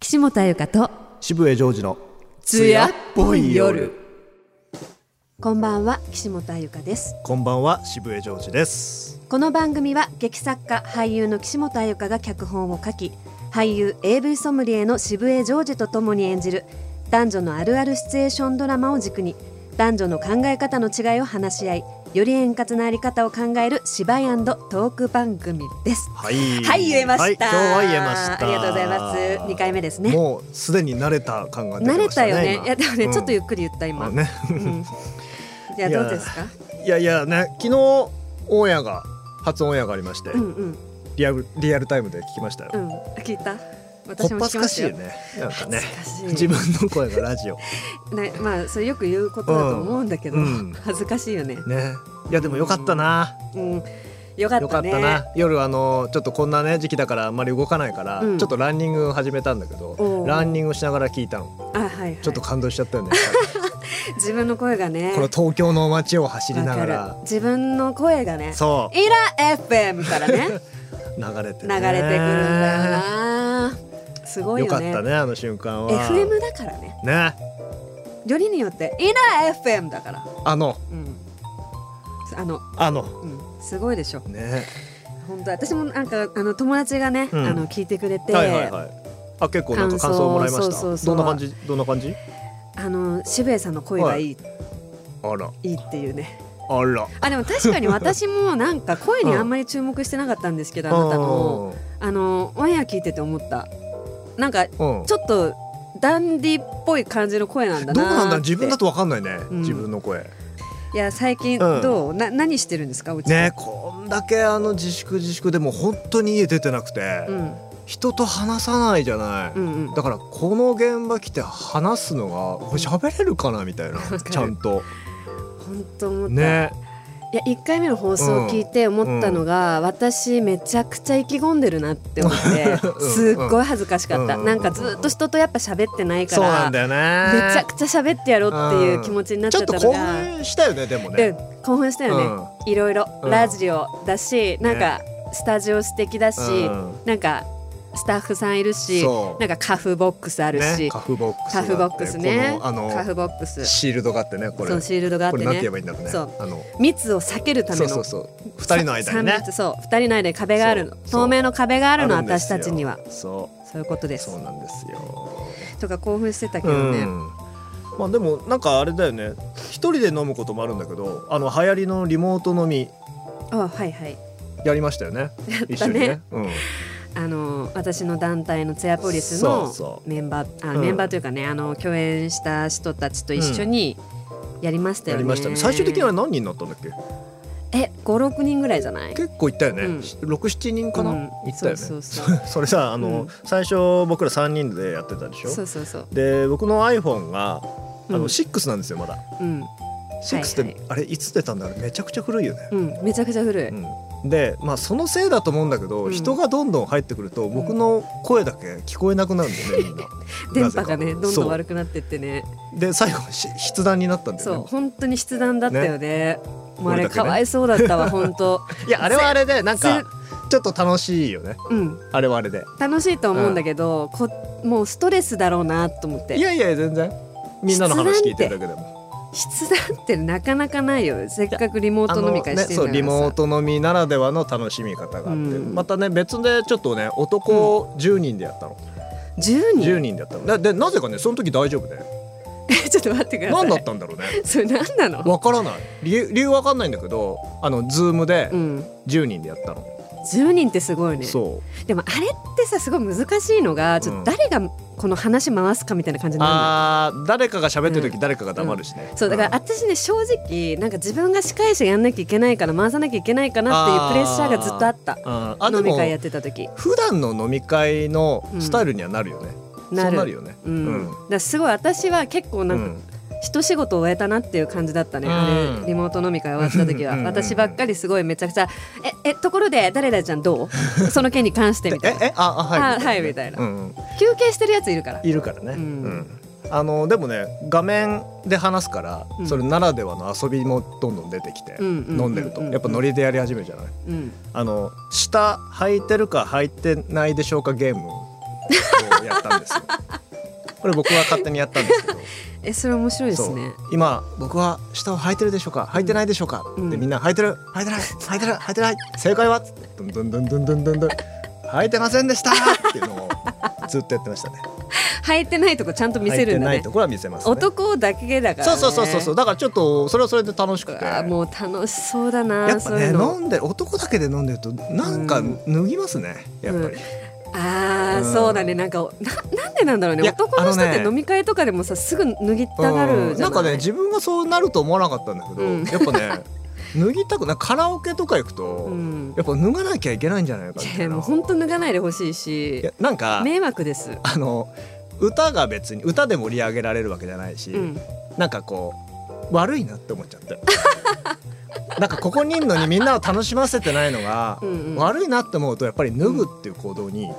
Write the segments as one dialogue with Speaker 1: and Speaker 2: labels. Speaker 1: 岸本彩香と
Speaker 2: 渋谷ジョージの
Speaker 1: 艶っぽい夜こんばんは岸本彩香です
Speaker 2: こんばんは渋谷ジョージです
Speaker 1: この番組は劇作家俳優の岸本彩香が脚本を書き俳優 AV ソムリエの渋江ジョージと共に演じる男女のあるあるシチュエーションドラマを軸に男女の考え方の違いを話し合いより円滑なあり方を考える芝居トーク番組です
Speaker 2: はい
Speaker 1: はい言えました、
Speaker 2: はい今日は言えました
Speaker 1: ありがとうございます二回目ですね
Speaker 2: もうすでに慣れた感が出
Speaker 1: 慣
Speaker 2: て
Speaker 1: れ
Speaker 2: ました
Speaker 1: た
Speaker 2: ね
Speaker 1: よね
Speaker 2: 今
Speaker 1: いやでもね、
Speaker 2: うん
Speaker 1: ちょっとゆっくり言った今、
Speaker 2: あね
Speaker 1: うんじゃあ
Speaker 2: いや
Speaker 1: どうですか
Speaker 2: いやいやね昨日オンエアが初オンエアがありまして、
Speaker 1: うんうん
Speaker 2: リアルリアルタイムで聞きましたよ、
Speaker 1: うん聞いた
Speaker 2: こ
Speaker 1: 私
Speaker 2: っ
Speaker 1: も
Speaker 2: ぱ
Speaker 1: 聞
Speaker 2: ず
Speaker 1: き
Speaker 2: か
Speaker 1: ま
Speaker 2: し
Speaker 1: し
Speaker 2: い
Speaker 1: た
Speaker 2: よ
Speaker 1: よ
Speaker 2: ねなんかね
Speaker 1: 恥ずかしい
Speaker 2: 自分の声がラジオ
Speaker 1: ねまあそれよく言うことだと思うんだけど、
Speaker 2: うんうん
Speaker 1: 恥ずかしいよね。
Speaker 2: ねいやでもよかったな、
Speaker 1: うん、よかったね。
Speaker 2: よかったな夜あのちょっとこんなね時期だからあんまり動かないから、
Speaker 1: うん
Speaker 2: ちょっとランニングを始めたんだけ
Speaker 1: お
Speaker 2: ど
Speaker 1: う
Speaker 2: ランニングをしながら聞いたの
Speaker 1: あ、はい、はい。
Speaker 2: ちょっと感動しちゃったよね、
Speaker 1: 自分の声がね。
Speaker 2: この東京の街を走りなが
Speaker 1: わからる自分の声がね。
Speaker 2: そう
Speaker 1: イラ FM から ね
Speaker 2: 流れ
Speaker 1: 流
Speaker 2: て
Speaker 1: れてくるん
Speaker 2: ね
Speaker 1: だよな。すごい
Speaker 2: よ
Speaker 1: よね。
Speaker 2: かったねあの瞬間は
Speaker 1: FM だからね。
Speaker 2: ね
Speaker 1: よりによってイラ FM だから。
Speaker 2: あの
Speaker 1: うん。あの、
Speaker 2: あの
Speaker 1: うん、すごいでしょ。
Speaker 2: ね
Speaker 1: 本当私もなんかあの友達がね、
Speaker 2: うん
Speaker 1: あの聞いてくれて、
Speaker 2: はいはいはいあ結構なんか感想をもらいました
Speaker 1: 感想そうそうそう
Speaker 2: どんな感じどんな感じ
Speaker 1: あの渋谷さんの声がいい、
Speaker 2: あら
Speaker 1: い、いっていうね。
Speaker 2: あら
Speaker 1: あでも確かに私もなんか声にあんまり注目してなかったんですけど、あなたのあのオンエア聞いてて思ったなんかち
Speaker 2: うん
Speaker 1: ょっとダンディっぽい感じの声なんだなーって
Speaker 2: どうなんだ自分だとわかんないね、
Speaker 1: うん
Speaker 2: 自分の声
Speaker 1: いや最近
Speaker 2: うん
Speaker 1: どう、な何してるんですかおうちで
Speaker 2: ねこんだけあの自粛自粛でもう本当に家出てなくて、
Speaker 1: うん
Speaker 2: 人と話さないじゃない、
Speaker 1: うんうん
Speaker 2: だからこの現場来て話すのがこれ喋れるかな みたいな
Speaker 1: かる
Speaker 2: ちゃんと
Speaker 1: 本当思った、
Speaker 2: ね
Speaker 1: いや1回目の放送を聞いて思ったのが、私めちゃくちゃ意気込んでるなって思って、
Speaker 2: うん
Speaker 1: すっごい恥ずかしかった、
Speaker 2: うん
Speaker 1: なんかずっと人とやっぱ喋ってないか
Speaker 2: そうな
Speaker 1: ら
Speaker 2: んだよね
Speaker 1: めちゃくちゃ喋ってやろうっていう気持ちになっちゃ
Speaker 2: ち
Speaker 1: っ
Speaker 2: ょったと
Speaker 1: のが
Speaker 2: 興奮したよねでも
Speaker 1: う
Speaker 2: ね、
Speaker 1: ん、興奮したよね、
Speaker 2: う
Speaker 1: いろいろ
Speaker 2: うん
Speaker 1: ラジオだし、なんかスタジオ素敵だし、
Speaker 2: うん
Speaker 1: なんかスタッフさんいるし
Speaker 2: そう
Speaker 1: なんかカフボックスあるし、
Speaker 2: ね、カフボックスがあ
Speaker 1: カ
Speaker 2: っ
Speaker 1: フボ
Speaker 2: て
Speaker 1: ックスね
Speaker 2: この
Speaker 1: カ
Speaker 2: あ
Speaker 1: フボックス
Speaker 2: のシールドがあってねこれ
Speaker 1: そうシールドがあっ
Speaker 2: こ
Speaker 1: て
Speaker 2: れなんて
Speaker 1: ね
Speaker 2: 言えばいいんだろうね
Speaker 1: そう
Speaker 2: あの
Speaker 1: 密を避けるため
Speaker 2: そ
Speaker 1: の
Speaker 2: うそうそう二人の間に
Speaker 1: 三
Speaker 2: ね
Speaker 1: 密そう二人の間に壁があるの
Speaker 2: そうそう
Speaker 1: 透明の壁があるの
Speaker 2: んです
Speaker 1: 私
Speaker 2: よ
Speaker 1: たちには
Speaker 2: そ
Speaker 1: そういうこと
Speaker 2: う
Speaker 1: で
Speaker 2: そ
Speaker 1: す
Speaker 2: うなんですよ
Speaker 1: とか興奮してたけ
Speaker 2: う
Speaker 1: どね、
Speaker 2: んまあでもなんかあれだよね一人で飲むこともあるんだけどあの流行りのリモート飲み
Speaker 1: あはいはい
Speaker 2: やりましたよね一緒にね、うん、
Speaker 1: あの私の団体のツヤポリスの
Speaker 2: そうそ
Speaker 1: メンバーあ、
Speaker 2: うん
Speaker 1: メンバーというかねあの共演した人たちと一緒にやりました
Speaker 2: や
Speaker 1: よね。
Speaker 2: りましたね最終的には何人になったんだっけ
Speaker 1: え五六人ぐらいじゃない？
Speaker 2: 結構いったよね、
Speaker 1: うん
Speaker 2: 六七人かな、
Speaker 1: う
Speaker 2: い
Speaker 1: ん
Speaker 2: ったよね
Speaker 1: そうそうそう
Speaker 2: それさあの、
Speaker 1: うん
Speaker 2: 最初僕ら3人でやってたでしょ
Speaker 1: そうそうそう。
Speaker 2: で僕の iPhone があ
Speaker 1: うん
Speaker 2: の6なんですよまだ
Speaker 1: うん
Speaker 2: 6って、
Speaker 1: はい
Speaker 2: あれいつ出たんだろうめちゃくちゃ古いよね、
Speaker 1: うんめちゃくちゃ古い。
Speaker 2: うんでまあそのせいだと思うんだけど、
Speaker 1: うん
Speaker 2: 人がどんどん入ってくると僕の声だけ聞こえなくなるんだよねみんな
Speaker 1: 電波がねどんどん
Speaker 2: く
Speaker 1: 悪くなってってね。
Speaker 2: で最後し筆談になったんだ
Speaker 1: そう
Speaker 2: よね
Speaker 1: 本当に筆談だったよね。もうあ
Speaker 2: 俺
Speaker 1: れ
Speaker 2: だけ
Speaker 1: か
Speaker 2: ね
Speaker 1: わいそうだったわ本当。
Speaker 2: いやあれはあれでなんか
Speaker 1: せ
Speaker 2: ちょっと楽しいよね
Speaker 1: うん
Speaker 2: あれはあれで
Speaker 1: 楽しいと思うんだけど、こもうストレスだろうなと思って。
Speaker 2: いやいや全然みんなの話聞いてるだけでも
Speaker 1: 筆談ってなかなかないよ。せっかくリモート飲み会して
Speaker 2: あのね、そ
Speaker 1: る
Speaker 2: うんリ
Speaker 1: だから
Speaker 2: モー
Speaker 1: さ。
Speaker 2: ト飲みならではの楽しみ方があって、
Speaker 1: うん
Speaker 2: またね別でちょっとね男10人でやったの、
Speaker 1: 十
Speaker 2: 10
Speaker 1: 人。
Speaker 2: 人でやったのででなぜかねその時大丈夫で
Speaker 1: ちょっと待ってください。
Speaker 2: 何だったんだろうね
Speaker 1: それ何なの？
Speaker 2: わからない理由理由わかんないんだけどあのズームで
Speaker 1: うん。
Speaker 2: 10人でやったの、
Speaker 1: 10人ってすごいね
Speaker 2: そう
Speaker 1: でもあれってさすごい難しいのがちょっと誰がこの話回すかみたいな感じになるのよ
Speaker 2: あー誰かが喋ってる
Speaker 1: う
Speaker 2: 時誰かが黙るしね、
Speaker 1: そうだから
Speaker 2: ん
Speaker 1: 私ね正直なんか自分が司会者やんなきゃいけないから回さなきゃいけないかなっていうプレッシャーがずっとあった
Speaker 2: あーあで
Speaker 1: 飲み
Speaker 2: も
Speaker 1: 会やってた時
Speaker 2: 普段の飲み会のスタイルにはなるよね、
Speaker 1: うん
Speaker 2: そ
Speaker 1: な
Speaker 2: う
Speaker 1: る
Speaker 2: なるよね
Speaker 1: うん、だからすごい私は結構
Speaker 2: う
Speaker 1: なんか、
Speaker 2: ん
Speaker 1: 一仕事終えたなっていう感じだったね、あ
Speaker 2: うん
Speaker 1: れリモート飲み会終わった時は
Speaker 2: うん
Speaker 1: 私ばっかりすごいめちゃくちゃ「ええところで誰々ちゃんどう? 」 その件に関してみた
Speaker 2: で
Speaker 1: い
Speaker 2: え
Speaker 1: な
Speaker 2: えああはい
Speaker 1: あはいみたいな
Speaker 2: うんうん
Speaker 1: 休憩してるやついるから
Speaker 2: いるから
Speaker 1: うん
Speaker 2: ね、うんあのでもね画面で話すから、
Speaker 1: うん
Speaker 2: それならではの遊びもどんどん出てきて、
Speaker 1: うんうんうんうん
Speaker 2: 飲んでるとやっぱノリでやり始めるじゃない
Speaker 1: うん
Speaker 2: あの 下履いてるか履いてないでしょうかゲームをやったんですよこれ僕は勝手にやったんですけど
Speaker 1: えそれ面白いですね
Speaker 2: そう今僕は下を履いてるでしょうか履いてないでしょうか、
Speaker 1: うん
Speaker 2: でみんな履いてる履いてない履いてる履いてない正解はドンドンドンドンドンドンドン履いてませんでしたっていうのをずっとやってましたね
Speaker 1: 履いてないとこちゃんと見せるんだ
Speaker 2: 履いてな
Speaker 1: ね
Speaker 2: いところは見せますね
Speaker 1: 男だけだから、
Speaker 2: そ
Speaker 1: ね、
Speaker 2: うそうそうそうそうだからちょっとそれはそれで楽しくて
Speaker 1: あもう楽しそうだな
Speaker 2: やっぱ
Speaker 1: そうい
Speaker 2: ね
Speaker 1: うの
Speaker 2: 飲んで男だけで飲んでるとなんか脱ぎますね、やっぱり、
Speaker 1: あー、
Speaker 2: うん
Speaker 1: そうだねなんかななんでなんだろう
Speaker 2: い
Speaker 1: ね
Speaker 2: や
Speaker 1: 男の人
Speaker 2: あの
Speaker 1: って
Speaker 2: ね
Speaker 1: 飲み会とかでもさすぐ脱ぎたがるじゃない、
Speaker 2: うんんかね自分がそうなると思わなかったんだけど、
Speaker 1: うん
Speaker 2: やっぱ ね脱ぎたくなんかカラオケとか行くと、
Speaker 1: うん
Speaker 2: やっぱ脱がなきゃいけないんじゃないかみ
Speaker 1: い
Speaker 2: た
Speaker 1: や
Speaker 2: いな
Speaker 1: もう本当脱がないでほしいし
Speaker 2: いやなんか、
Speaker 1: 迷惑です
Speaker 2: あの歌が別に歌で盛り上げられるわけじゃないし、
Speaker 1: うん
Speaker 2: なんかこう悪いなって思っちゃって なんかここにいるのにみんなを楽しませてないのが、
Speaker 1: うんうん
Speaker 2: 悪いなって思うとやっぱり脱ぐっていう行動に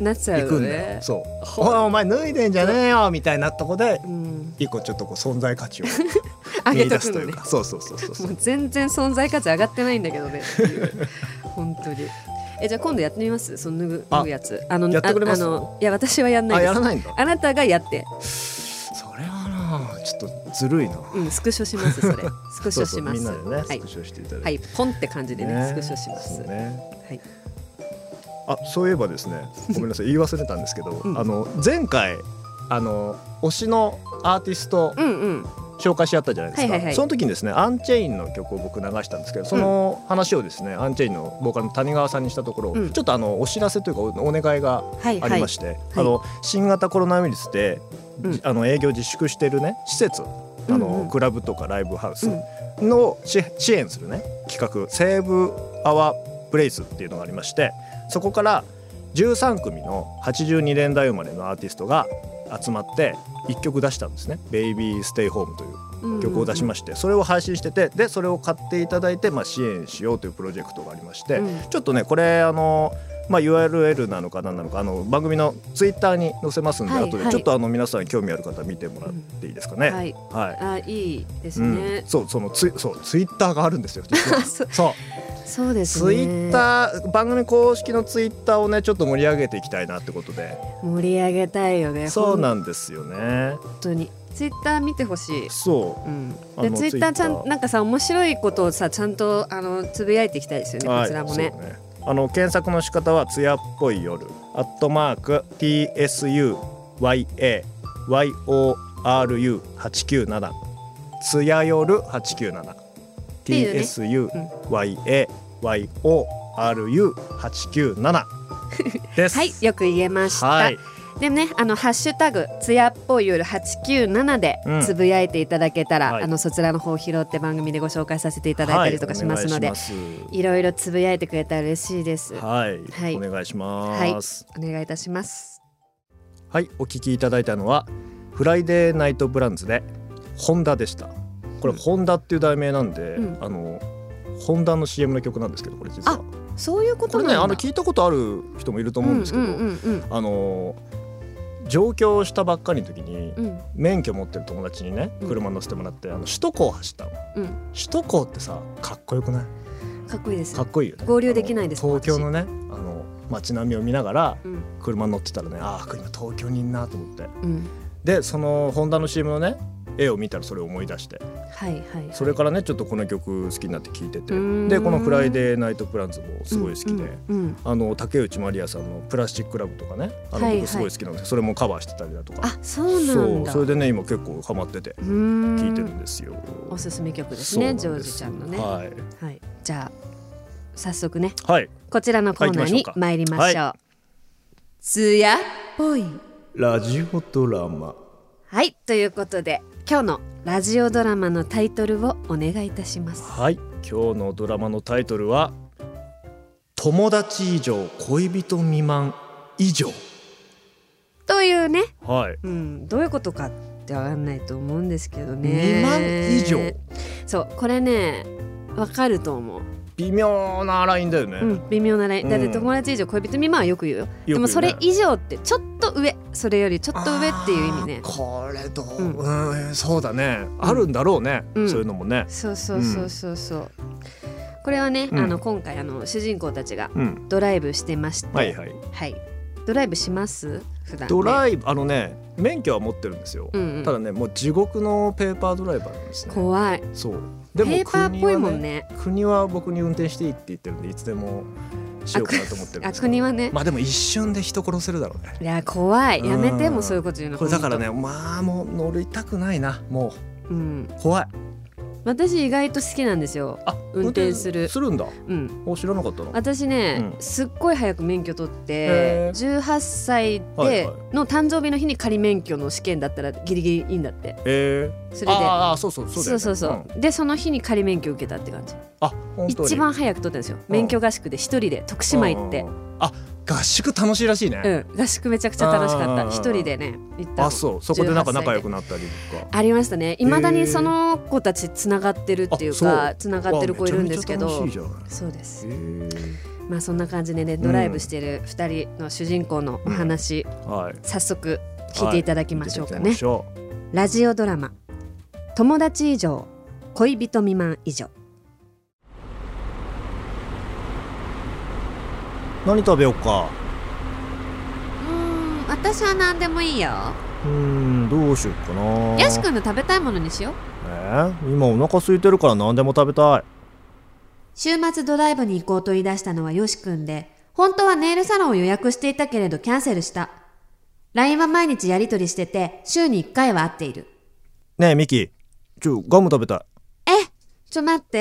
Speaker 1: なっちゃう
Speaker 2: 行く
Speaker 1: よ
Speaker 2: んだよ、
Speaker 1: ね
Speaker 2: そう「
Speaker 1: ほ
Speaker 2: おいお前脱いでんじゃねえよ」みたいなとこで
Speaker 1: うん
Speaker 2: 一個ちょっとこう存在価値を
Speaker 1: 上
Speaker 2: 見
Speaker 1: げと
Speaker 2: 出
Speaker 1: く
Speaker 2: すと
Speaker 1: の
Speaker 2: いう
Speaker 1: ね
Speaker 2: かそうそうそうそうそ
Speaker 1: も
Speaker 2: う
Speaker 1: う全然存在価値上がってないんだけど ねっていう本当にえじゃあ今度やってみますその脱ぐ
Speaker 2: あ
Speaker 1: 脱ぐやつあの
Speaker 2: やってくれます
Speaker 1: ああのいや私はやんない
Speaker 2: あ
Speaker 1: で
Speaker 2: や
Speaker 1: す
Speaker 2: ら
Speaker 1: あ
Speaker 2: ないんだ
Speaker 1: なたがやって、
Speaker 2: それはなちょっとずるいな
Speaker 1: うん、スクショしますそ れスクシ
Speaker 2: そう
Speaker 1: ョ
Speaker 2: そ
Speaker 1: し
Speaker 2: う
Speaker 1: ま
Speaker 2: みん
Speaker 1: す
Speaker 2: なでね
Speaker 1: は
Speaker 2: ス
Speaker 1: い
Speaker 2: ク、ショしていただいて
Speaker 1: はい、ポンって感じでねスクショします、
Speaker 2: そうね
Speaker 1: はい、
Speaker 2: あそういえばで すねごめんなさい言い忘れたんですけど、
Speaker 1: うん
Speaker 2: あの前回あの推しのアーティスト
Speaker 1: うんうん
Speaker 2: 紹介し合ったじゃないです
Speaker 1: は
Speaker 2: か、
Speaker 1: いはいはい
Speaker 2: その時にですねアンチェインの曲を僕流したんですけどその話をですね、アンチェインのボーカルの谷川さんにしたところ、
Speaker 1: うん
Speaker 2: ちょっとあのお知らせというかおお願いが
Speaker 1: はい
Speaker 2: あ
Speaker 1: は
Speaker 2: り
Speaker 1: い
Speaker 2: まして、あの新型コロナウイルスで、
Speaker 1: うん
Speaker 2: じあの営業自粛してるね施設あの、
Speaker 1: うんうん
Speaker 2: クラブとかライブハウスの支支援するね企画「セーブ・アワ・プレイス」っていうのがありましてそこから13組の82年代生まれのアーティストが集まって1曲出したんですね「ベイビー・ステイ・ホーム」という曲を出しま
Speaker 1: し
Speaker 2: してそれを配信しててでそれを買っていただいて、まあ、支援しようというプロジェクトがありまして、
Speaker 1: うん
Speaker 2: ちょっとねこれあの、まあ、URL なのか何なのかあの番組のツイッターに載せますんで、
Speaker 1: はい
Speaker 2: 後で
Speaker 1: はい
Speaker 2: ちょっとあの皆さん興味ある方見てもらっていいですかね。
Speaker 1: はい
Speaker 2: はい
Speaker 1: あいいです
Speaker 2: うん
Speaker 1: ね、、
Speaker 2: そうそのツイそうツイッターがあるんですよ実は
Speaker 1: そ
Speaker 2: そう
Speaker 1: そうですね
Speaker 2: ツイッター番組公式のツイッターをねちょっと盛り上げていきたいなってことで
Speaker 1: 盛り上げたいよね
Speaker 2: そうなんですよね
Speaker 1: 本当にツイッター見てほしい
Speaker 2: そ
Speaker 1: うん、
Speaker 2: あ
Speaker 1: で
Speaker 2: の
Speaker 1: ツイッターちゃ
Speaker 2: Twitter
Speaker 1: んなんかさ面白いことをさちゃんとあのつぶやいていきたいですよ
Speaker 2: う
Speaker 1: ね、こちらもね
Speaker 2: そうあの検索の仕方は艶っぽい夜アットマーク TSUYAYORU897 つや夜897
Speaker 1: ていうね
Speaker 2: TSUYAYORU897 です
Speaker 1: はいよく言えました、
Speaker 2: はい
Speaker 1: でもねあのハッシュタグつやっぽい夜897で
Speaker 2: うん
Speaker 1: つぶやいていただけたら、
Speaker 2: はい
Speaker 1: あのそちらの方を拾って番組でご紹介させていただいたりとかしますので、、
Speaker 2: はいい
Speaker 1: ろいろつぶやいてくれたら嬉しいです、は
Speaker 2: はいい、お願いします。
Speaker 1: お願いいたします
Speaker 2: はい、お聞きいただいたのはフライデーナイトブランズでホンダでした。これ、
Speaker 1: うん
Speaker 2: ホンダっていう題名なんで、
Speaker 1: うん
Speaker 2: あのホンダの CM の曲なんですけど、これ実は
Speaker 1: あそういうこと
Speaker 2: これ
Speaker 1: なん
Speaker 2: ね、
Speaker 1: だ
Speaker 2: あの聞いたことある人もいると思うんですけど、
Speaker 1: うんうんうん
Speaker 2: あの上京したばっかりの時に
Speaker 1: うんうん
Speaker 2: 免許持ってる友達にね
Speaker 1: うん
Speaker 2: 車乗せてもらってあの首都高を走ったの、
Speaker 1: うん
Speaker 2: 首都高ってさかっこよくない
Speaker 1: かっこいいです
Speaker 2: かっこいいよね
Speaker 1: 合流できないです
Speaker 2: あの東京のねあの街並みを見ながら
Speaker 1: うん
Speaker 2: 車乗ってたらねああ今東京にいんなと思って
Speaker 1: うん
Speaker 2: でそのホンダの CM のね絵を見たらそれを思い出して
Speaker 1: はいはい、はい、
Speaker 2: それからねちょっとこの曲好きになって聴いてて
Speaker 1: うーん
Speaker 2: でこの「フライデーナイトプランズ」もすごい好きで。
Speaker 1: うんうんうん
Speaker 2: あの竹内まりやさんの「プラスチックラブ」とかねあ
Speaker 1: は
Speaker 2: の
Speaker 1: いはい
Speaker 2: 僕すごい好きなんですけど、それもカバーしてたりだとか
Speaker 1: あそうなんだ
Speaker 2: そうそれでね今結構ハマってて
Speaker 1: 聞
Speaker 2: 聴いてるんですよ。
Speaker 1: おすすめ曲です
Speaker 2: そうな
Speaker 1: ね
Speaker 2: んで
Speaker 1: ジョージちゃんのねは
Speaker 2: はい、
Speaker 1: い、じゃあ早速ね
Speaker 2: はい、
Speaker 1: こちらのコーナーに参りましょう、ツヤっぽい
Speaker 2: ラジオドラマ
Speaker 1: はいということで今日のラジオドラマのタイトルをお願いいたします
Speaker 2: はい今日のドラマのタイトルは友達以上恋人未満以上
Speaker 1: というね、
Speaker 2: はい
Speaker 1: うん、どういうことかってわかんないと思うんですけどね
Speaker 2: 未満以上
Speaker 1: そうこれねわかると思う、
Speaker 2: 微妙なラインだよね、
Speaker 1: うん、微妙なラインだって
Speaker 2: うん
Speaker 1: 友達以上恋人未満はよく言うよ
Speaker 2: 言うね
Speaker 1: でもそれ以上ってちょっと上それよりちょっと上っていう意味ね
Speaker 2: あーこれどう、
Speaker 1: う
Speaker 2: うんん、そうだねあるんだろうね、
Speaker 1: うん
Speaker 2: そういうのもね
Speaker 1: そうそうそうそうそう、これはね、
Speaker 2: うん
Speaker 1: あの今回あの主人公たちが
Speaker 2: うん
Speaker 1: ドライブしてまして
Speaker 2: はいはい
Speaker 1: はいドライブします普段、ね、
Speaker 3: ドライブあのね免許は持ってるんですよ、
Speaker 1: うんうん、
Speaker 3: ただねもう地獄のペーパードライバーなんですね
Speaker 1: 怖い
Speaker 3: そうで
Speaker 1: ペ
Speaker 3: も
Speaker 1: ーパーっぽいもん
Speaker 3: ね
Speaker 1: ね
Speaker 3: 国は僕に運転していいって言ってるんでいつでもしようかなと思ってるん
Speaker 1: あ
Speaker 3: ですけど
Speaker 1: 国はね、
Speaker 3: まあでも一瞬で人殺せるだろうね
Speaker 1: いや怖いやめて
Speaker 3: うん
Speaker 1: もうそういうこと言うの
Speaker 3: これだからね、まあもう乗りたくないなも
Speaker 1: うん、
Speaker 3: う怖い
Speaker 1: 私意外と好きなんですよ、
Speaker 3: あ
Speaker 1: 運転する
Speaker 3: 運転するんだ
Speaker 1: うん、
Speaker 3: お知らなかったな
Speaker 1: 私ね、
Speaker 3: う
Speaker 1: すっごい早く免許取って
Speaker 3: へ
Speaker 1: 18歳
Speaker 3: はい
Speaker 1: で
Speaker 3: はい
Speaker 1: の誕生日の日に仮免許の試験だったらギリギリいいんだって
Speaker 3: え
Speaker 1: そ
Speaker 3: ー、
Speaker 1: れで
Speaker 3: あーあーそうそうそうだよ
Speaker 1: そう
Speaker 3: ね
Speaker 1: そうそう、でその日に仮免許受けたって感じ
Speaker 3: んあ本当に
Speaker 1: 一番早く取ったんですよ免許合宿で一人で徳島行って
Speaker 3: うんうんうんあ合宿楽しいらしいね、
Speaker 1: うん合宿めちゃくちゃ楽しかっ
Speaker 3: うんうん
Speaker 1: た
Speaker 3: うん
Speaker 1: 一人でね行ったの
Speaker 3: あそうそこでなんか仲良くなったりとか
Speaker 1: ありましたねいまだにその子たちつながってるっていう
Speaker 3: あそ
Speaker 1: か
Speaker 3: う
Speaker 1: つながってる子いるんですけ
Speaker 3: わあ
Speaker 1: ど
Speaker 3: めちゃめちゃ楽しい
Speaker 1: そうです
Speaker 3: じゃんへ
Speaker 1: まあそんな感じでねドライブしてる二人の主人公のお話、
Speaker 3: ーはい
Speaker 1: 早速聞いていただきましょうか
Speaker 3: 聞いていただき
Speaker 1: ね、
Speaker 3: ましょ
Speaker 1: ラジオドラマ友達以上恋人未満以上
Speaker 2: う何食べようか
Speaker 1: うん私は何でもいいよ
Speaker 2: うーんどうしようかな
Speaker 1: ヤシ君の食べたいものにしよう
Speaker 2: えー今お腹空いてるから何でも食べたい
Speaker 1: 週末ドライブに行こうと言い出したのはよしくんで、本当はネイルサロンを予約していたけれどキャンセルした。LINE は毎日やりとりしてて、週に1回は会っている。
Speaker 2: ねえミキちょガム食べたい
Speaker 1: え、ちょ待って。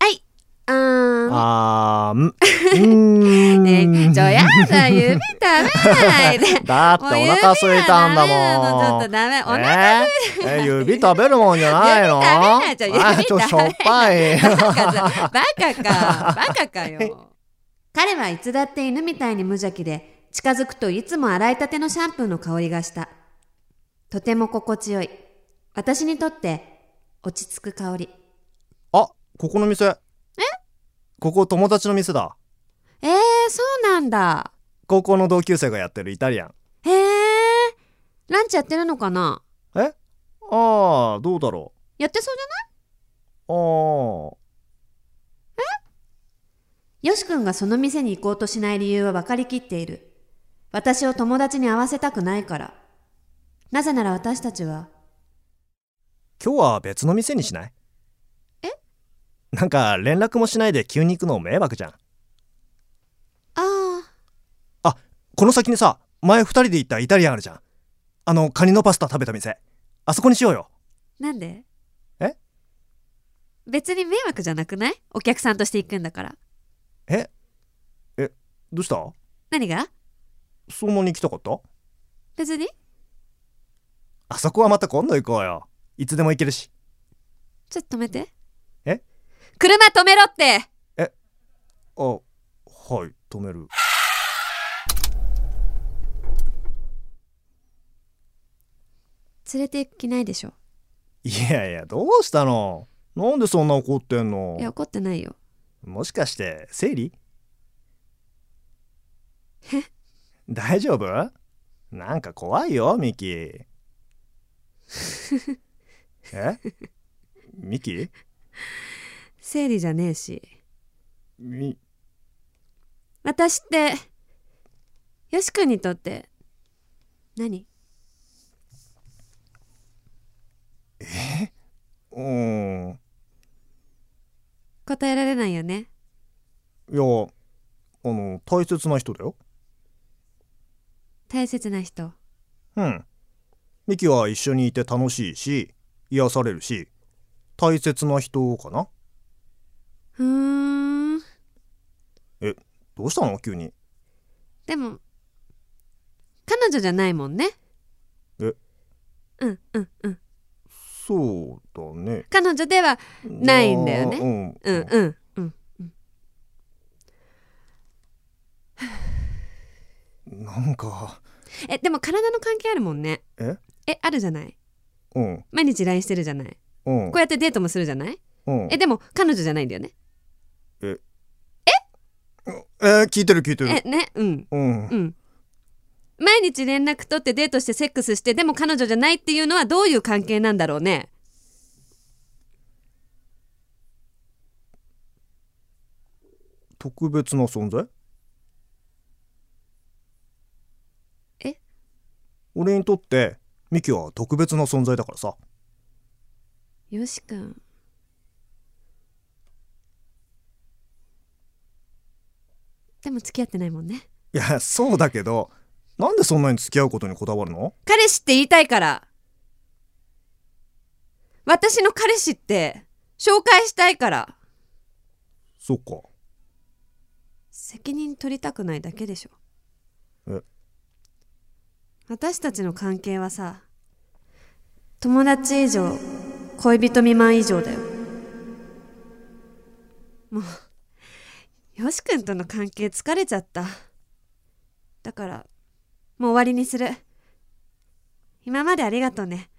Speaker 1: はい、あー
Speaker 2: あーんうーん
Speaker 1: ね、ちょやだ、指食べないで。
Speaker 2: だってお腹空いたんだ
Speaker 1: もう指はダメなのちょっ
Speaker 2: も
Speaker 1: と
Speaker 2: ん
Speaker 1: ダメ。 お腹
Speaker 2: えーえ指食べるもんじゃない の
Speaker 1: 指食べない
Speaker 2: あ
Speaker 1: じ
Speaker 2: ち
Speaker 1: ゃん
Speaker 2: ょ
Speaker 1: 指
Speaker 2: し
Speaker 1: 食
Speaker 2: ょ
Speaker 1: べ
Speaker 2: っぱ い
Speaker 1: バカか、バカか、バカか よ。彼はいつだって犬みたいに無邪気で、近づくといつも洗いたてのシャンプーの香りがした。とても心地よい。私にとって、落ち着く香り。
Speaker 2: あここの店えここ友達の店だ
Speaker 1: えー、そうなんだ。
Speaker 2: 高校の同級生がやってるイタリアン
Speaker 1: へえー、ランチやってるのかな
Speaker 2: えああどうだろ
Speaker 1: やってそうじゃな
Speaker 2: うああ
Speaker 1: いよし君がその店に行こうとしない理由は分かりきっている。私を友達に会わせたくないから。なぜなら私たちは、
Speaker 2: 今日は別の店にしないえなんか連絡もしないで急に行くの迷惑じゃん
Speaker 1: ああ、
Speaker 2: この先にさ前二人で行ったイタリアンあるじゃんあのカニのパスタ食べた店あそこにしようよ
Speaker 1: なんで
Speaker 2: え
Speaker 1: 別に迷惑じゃなくないお客さんとして行くんだから
Speaker 2: ええどうした
Speaker 1: 何が
Speaker 2: そんなに行きたかった
Speaker 1: 別に
Speaker 2: あそこはまた今度行こうよいつでも行けるし
Speaker 1: ちょっと止めて
Speaker 2: え
Speaker 1: 車止めろって
Speaker 2: あはい止める
Speaker 1: 連れて行く気ないでしょ
Speaker 2: いやいやどうしたのなんでそんな怒ってんの
Speaker 1: いや怒ってないよ
Speaker 2: もしかして生理大丈夫なんか怖いよ ミキえミキ
Speaker 1: 生理じゃねえし
Speaker 2: み
Speaker 1: 私ってよし君にとって何
Speaker 2: うーん
Speaker 1: 答えられないよね
Speaker 2: いやあの大切な人だよ
Speaker 1: 大切な人
Speaker 2: うんミキは一緒にいて楽しいし癒されるし大切な人かな
Speaker 1: うーん
Speaker 2: どうしたの急に
Speaker 1: でも彼女じゃないもんね
Speaker 2: え
Speaker 1: うんうんうん
Speaker 2: そうだね
Speaker 1: 彼女ではないんだよね
Speaker 2: ね
Speaker 1: うんうんうん
Speaker 2: なんか
Speaker 1: えでも体の関係あるもんね
Speaker 2: え
Speaker 1: えあるじゃない
Speaker 2: うん
Speaker 1: 毎日 LINE してるじゃない
Speaker 2: うん
Speaker 1: こうやってデートもするじゃない
Speaker 2: うん
Speaker 1: えでも彼女じゃないんだよね
Speaker 2: えー聞いてる聞いて
Speaker 1: え
Speaker 2: る。
Speaker 1: ねうん
Speaker 2: うん。
Speaker 1: うん毎日連絡取ってデートしてセックスしてでも彼女じゃないっていうのはどういう関係なんだろうね
Speaker 2: 特別な存在俺にとってミキは特別な存在だからさ
Speaker 1: よしくんでも付き合ってないもんね
Speaker 2: いやそうだけどなんでそんなに付き合うことにこだわるの
Speaker 1: 彼氏って言いたいから私の彼氏って紹介したいから
Speaker 2: そっか
Speaker 1: 責任取りたくないだけでしょ
Speaker 2: え
Speaker 1: 私たちの関係はさ友達以上恋人未満以上だよもうよし君との関係疲れちゃっただからもう終わりにする今までありがとうね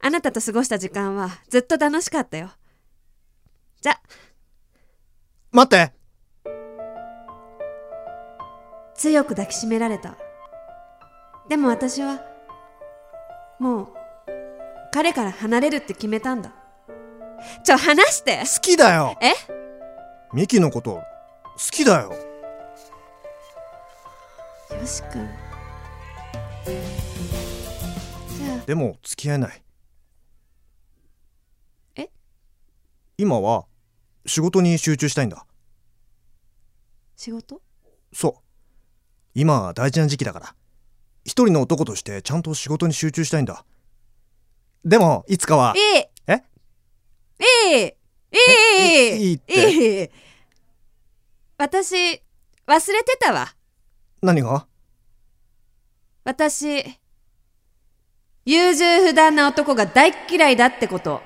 Speaker 1: あなたと過ごした時間はずっと楽しかったよじゃあ
Speaker 2: 待って
Speaker 1: 強く抱きしめられたでも私はもう彼から離れるって決めたんだちょ話して
Speaker 2: 好きだよ
Speaker 1: え
Speaker 2: ミキのこと好きだよ
Speaker 1: よしくんじゃあ
Speaker 2: でも付き合えない
Speaker 1: え
Speaker 2: 今は仕事に集中したいんだ
Speaker 1: 仕事
Speaker 2: そう今は大事な時期だから一人の男としてちゃんと仕事に集中したいんだでもいつかはい
Speaker 1: い
Speaker 2: え
Speaker 1: いいいい
Speaker 2: いいって
Speaker 1: いい私忘れてたわ
Speaker 2: 何が
Speaker 1: 私優柔不断な男が大っ嫌いだってこと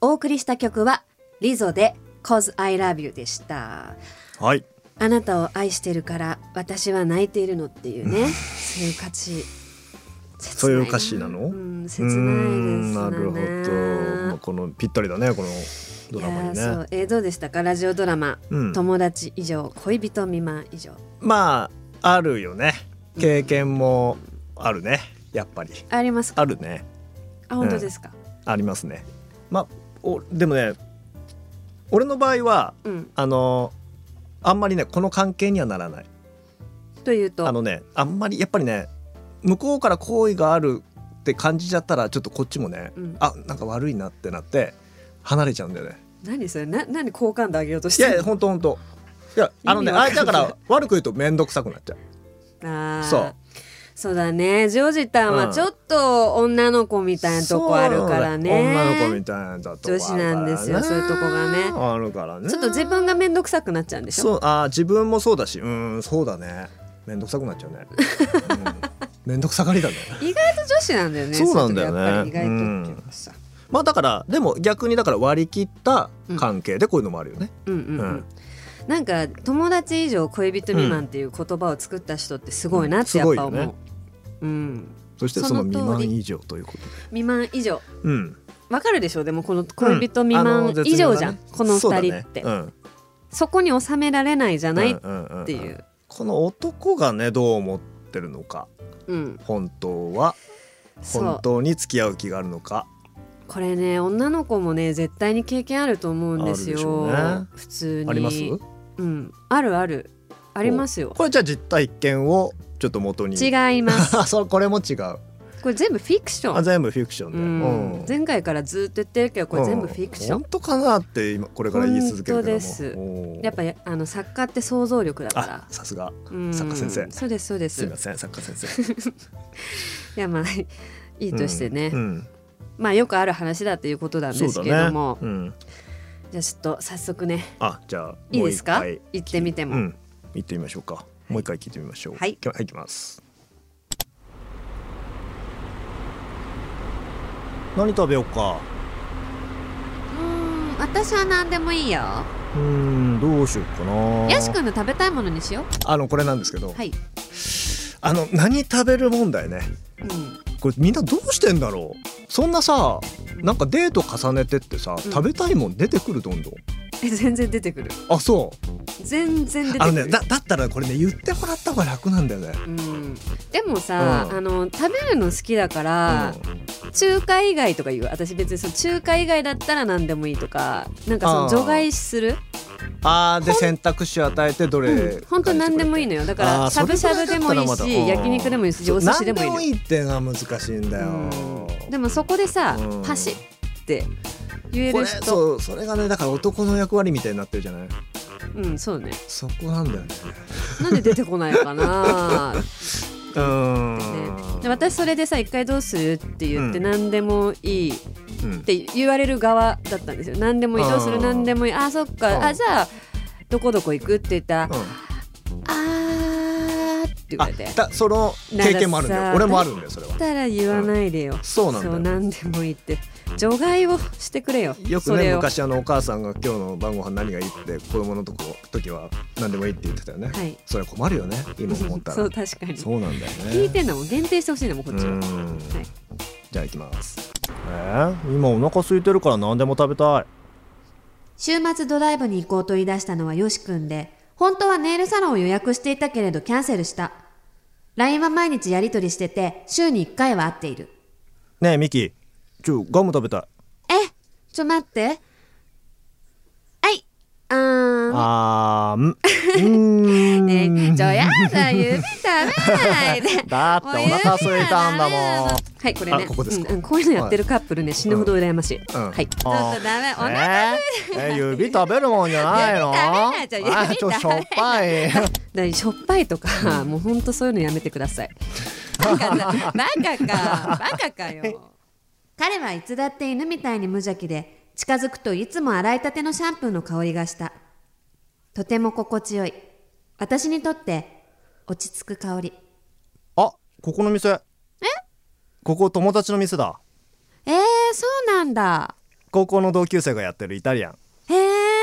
Speaker 1: お送りした曲はリゾで Cause I Love You でした
Speaker 2: はい
Speaker 1: あなたを愛してるから私は泣いているのっていうねそういう歌詞
Speaker 2: そういう歌詞なの
Speaker 1: うん、切
Speaker 2: う
Speaker 1: ない
Speaker 2: ー
Speaker 1: です
Speaker 2: んなる
Speaker 1: よ
Speaker 2: ほ
Speaker 1: ね
Speaker 2: ど、まあ、このぴったりだねこのドラマに
Speaker 1: いやーそ
Speaker 2: ね
Speaker 1: うえーどうでしたかラジオドラマ、
Speaker 2: うん
Speaker 1: 友達以上恋人未満以上
Speaker 2: まああるよね経験もあるねやっぱり
Speaker 1: ありますか
Speaker 2: あるね
Speaker 1: あ本当ですか
Speaker 2: ありますねまあおでもね俺の場合は
Speaker 1: うん、
Speaker 2: あのあんまりねこの関係にはならない
Speaker 1: というと
Speaker 2: あのねあんまりやっぱりね向こうから好意があるって感じちゃったらちょっとこっちもね、
Speaker 1: うん
Speaker 2: あなんか悪いなってなって離れちゃうんだよね
Speaker 1: 何それな何好感度上げようとし
Speaker 2: い
Speaker 1: て
Speaker 2: やい
Speaker 1: る
Speaker 2: やほんとほんといやあのね
Speaker 1: 意味わ
Speaker 2: あ
Speaker 1: かんない
Speaker 2: だから悪く言うと面倒くさくなっちゃう
Speaker 1: あー
Speaker 2: そう
Speaker 1: そうだねジョージタン
Speaker 2: う
Speaker 1: は
Speaker 2: ん
Speaker 1: ちょっと女の子みたいなとこあるからね
Speaker 2: そう女の子みたいなとこあ
Speaker 1: 女
Speaker 2: るからね
Speaker 1: 子なんですよそういうとこがね
Speaker 2: あるからね
Speaker 1: ちょっと自分が面倒くさくなっちゃうんでしょ
Speaker 2: そうあー自分もそうだしうーんそうだね面倒くさくなっちゃうね、 うん、面倒くさがりだね
Speaker 1: 意外と女子なんだよね
Speaker 2: そうなんだよね
Speaker 1: そういうとこやっぱり意外とっていうかさ、
Speaker 2: まあだからでも逆にだから割り切った関係でこういうのもあるよね、
Speaker 1: うんうんうん
Speaker 2: うん
Speaker 1: なんか友達以上恋人未満っていう言葉を作った人ってすごいなってやっぱ思う、
Speaker 2: うんすごいよね
Speaker 1: うん、
Speaker 2: そしてその
Speaker 1: その通
Speaker 2: 未
Speaker 1: り
Speaker 2: 満以上ということで
Speaker 1: 未満以上
Speaker 2: うん
Speaker 1: わかるでしょでもこの恋人未
Speaker 2: あ
Speaker 1: 満
Speaker 2: の絶
Speaker 1: 以
Speaker 2: 妙
Speaker 1: 上
Speaker 2: な
Speaker 1: じゃん、
Speaker 2: ね
Speaker 1: この
Speaker 2: そうだ
Speaker 1: 二
Speaker 2: ね
Speaker 1: 人ってそ,、
Speaker 2: うん
Speaker 1: こに収められないじゃないっ
Speaker 2: うんうんうん
Speaker 1: ていう、
Speaker 2: この男がねどう思ってるのか
Speaker 1: うん、
Speaker 2: 本当は
Speaker 1: そ
Speaker 2: 本
Speaker 1: う
Speaker 2: 当に付き合う気があるのか
Speaker 1: これね女の子もね絶対に経験あると思うんです
Speaker 2: あるでしょ
Speaker 1: よ、
Speaker 2: うね
Speaker 1: 普通に
Speaker 2: あります
Speaker 1: うん、あるあるありますよ
Speaker 2: これじゃあ実体験をちょっと元に
Speaker 1: 違います
Speaker 2: そうこれも違う
Speaker 1: これ全部フィクショ
Speaker 2: あ
Speaker 1: ン、
Speaker 2: 全部フィクション
Speaker 1: う
Speaker 2: で、
Speaker 1: ん、前回からずっと言ってるけどこれ全部フィクション
Speaker 2: 本当かなって今これから言い続けるけども
Speaker 1: 本当です
Speaker 2: おー
Speaker 1: やっぱりあの作家って想像力だ
Speaker 2: あ
Speaker 1: か
Speaker 2: さすが
Speaker 1: ら。うん
Speaker 2: 作家先生
Speaker 1: そうですそうです
Speaker 2: すいま
Speaker 1: い
Speaker 2: せん作 家先生
Speaker 1: やまあいいとしてね、
Speaker 2: うんうん
Speaker 1: まあよくある話だということなんです
Speaker 2: そう
Speaker 1: けど
Speaker 2: だね
Speaker 1: も、
Speaker 2: うん
Speaker 1: じゃあちょっと早速ね
Speaker 2: あじゃあ
Speaker 1: いいですか
Speaker 2: もう一回
Speaker 1: 行ってみても、
Speaker 2: うん行ってみましょうかもう一回聞いてみましょう
Speaker 1: はい
Speaker 2: きはい行きます何食べようか
Speaker 1: うん私は何でもいいよ
Speaker 2: うーんどうしようかな
Speaker 1: ヤシ君の食べたいものにしよ
Speaker 2: あのこれなんですけど、
Speaker 1: うはい、
Speaker 2: あの何食べる問題ね
Speaker 1: うん、
Speaker 2: これみんなどうしてんだろうそんなさなんかデート重ねてってさ、
Speaker 1: ん
Speaker 2: 食べたいもん出てくるどんどん
Speaker 1: え全然出てくる
Speaker 2: あそう
Speaker 1: 全然出てくる
Speaker 2: あのねだだったらこれね言ってもらった方が楽なんだよね
Speaker 1: うん、でもさ、
Speaker 2: うん
Speaker 1: あの食べるの好きだから、中華以外とか言う私別にその中華以外だったら何でもいいとかなんかそ
Speaker 2: あ
Speaker 1: の
Speaker 2: ー
Speaker 1: 除外する
Speaker 2: あーで選択肢与えてどれ、
Speaker 1: うん、本当何でもいいのよだか
Speaker 2: あー
Speaker 1: らしゃ
Speaker 2: それ
Speaker 1: ぶしゃぶでもいい
Speaker 2: それだったらま
Speaker 1: し
Speaker 2: だ
Speaker 1: 焼肉でもいいし
Speaker 2: そう
Speaker 1: お寿司でもいいの
Speaker 2: 何で
Speaker 1: よ
Speaker 2: もいいっていうのは難しいんだよ、
Speaker 1: でもそこでさ
Speaker 2: うん
Speaker 1: 「パシ」って言え
Speaker 2: こ
Speaker 1: る
Speaker 2: れ
Speaker 1: 人
Speaker 2: そうそれがねだから男の役割みたいになってるじゃない
Speaker 1: うんそうね
Speaker 2: そこなんだよね
Speaker 1: なんで出てこないかな
Speaker 2: うーん
Speaker 1: ねで私それでさ「一回どうする?」って言って
Speaker 2: うん
Speaker 1: 何でもいいっ
Speaker 2: うん
Speaker 1: て言われる側だったんですよ何でもいいどうす
Speaker 2: う
Speaker 1: る
Speaker 2: ん
Speaker 1: 何でもいいあそっ
Speaker 2: うん
Speaker 1: かあじゃあどこどこ行くって言ったら「あー」って言わ
Speaker 2: あ
Speaker 1: れて
Speaker 2: だその経験もあるんだ
Speaker 1: なん
Speaker 2: よ
Speaker 1: かさ
Speaker 2: 俺もあるんだよそれは
Speaker 1: だったら言わないでよ、
Speaker 2: そうなんだよ
Speaker 1: そう何でもいいって除外をしてくれよ
Speaker 2: よく
Speaker 1: そ
Speaker 2: ね
Speaker 1: れを
Speaker 2: 昔あのお母さんが今日の晩ご飯何がいいって子供のとこ時は何でもいいって言ってたよね、
Speaker 1: はい
Speaker 2: それは困るよね今思った ら
Speaker 1: そう確かに
Speaker 2: そうなんだよね
Speaker 1: 聞いてんだもん限定してほしいんだもんこっちは、
Speaker 2: うーん
Speaker 1: はい
Speaker 2: じゃあ行きます
Speaker 4: えー、今お腹空いてるから何でも食べたい
Speaker 1: 週末ドライブに行こうと言い出したのはよしくんで本当はネイルサロンを予約していたけれどキャンセルした LINE は毎日やり取りしてて週に1回は会っている
Speaker 4: ねえミキちょガム食べたい
Speaker 1: えちょ待ってはいあーん
Speaker 4: あーんうーん
Speaker 1: ねちょやだ指食べないで
Speaker 4: だってお腹空いたんだもん
Speaker 1: はいこれね
Speaker 2: あここですか
Speaker 1: うんうんこういうのやってるカップルね死ぬほど羨ましい、
Speaker 2: ん
Speaker 1: はいちょっと
Speaker 4: あ
Speaker 1: ダメお腹
Speaker 4: えーえー指食べるもんじゃないの
Speaker 1: 指食べない
Speaker 4: あちょ
Speaker 1: 指
Speaker 4: し
Speaker 1: 食
Speaker 4: ょ
Speaker 1: べ
Speaker 4: っ
Speaker 1: ない
Speaker 4: ぱい
Speaker 1: だからしょっぱいとか、もうほんとそういうのやめてください。なんか さバカか、バカかよ。彼はいつだって犬みたいに無邪気で、近づくといつも洗いたてのシャンプーの香りがした。とても心地よい。私にとって、落ち着く香り。
Speaker 4: あここの店えここ友達の店だ
Speaker 1: えー、そうなんだ。
Speaker 4: 高校の同級生がやってるイタリアン
Speaker 1: へえ、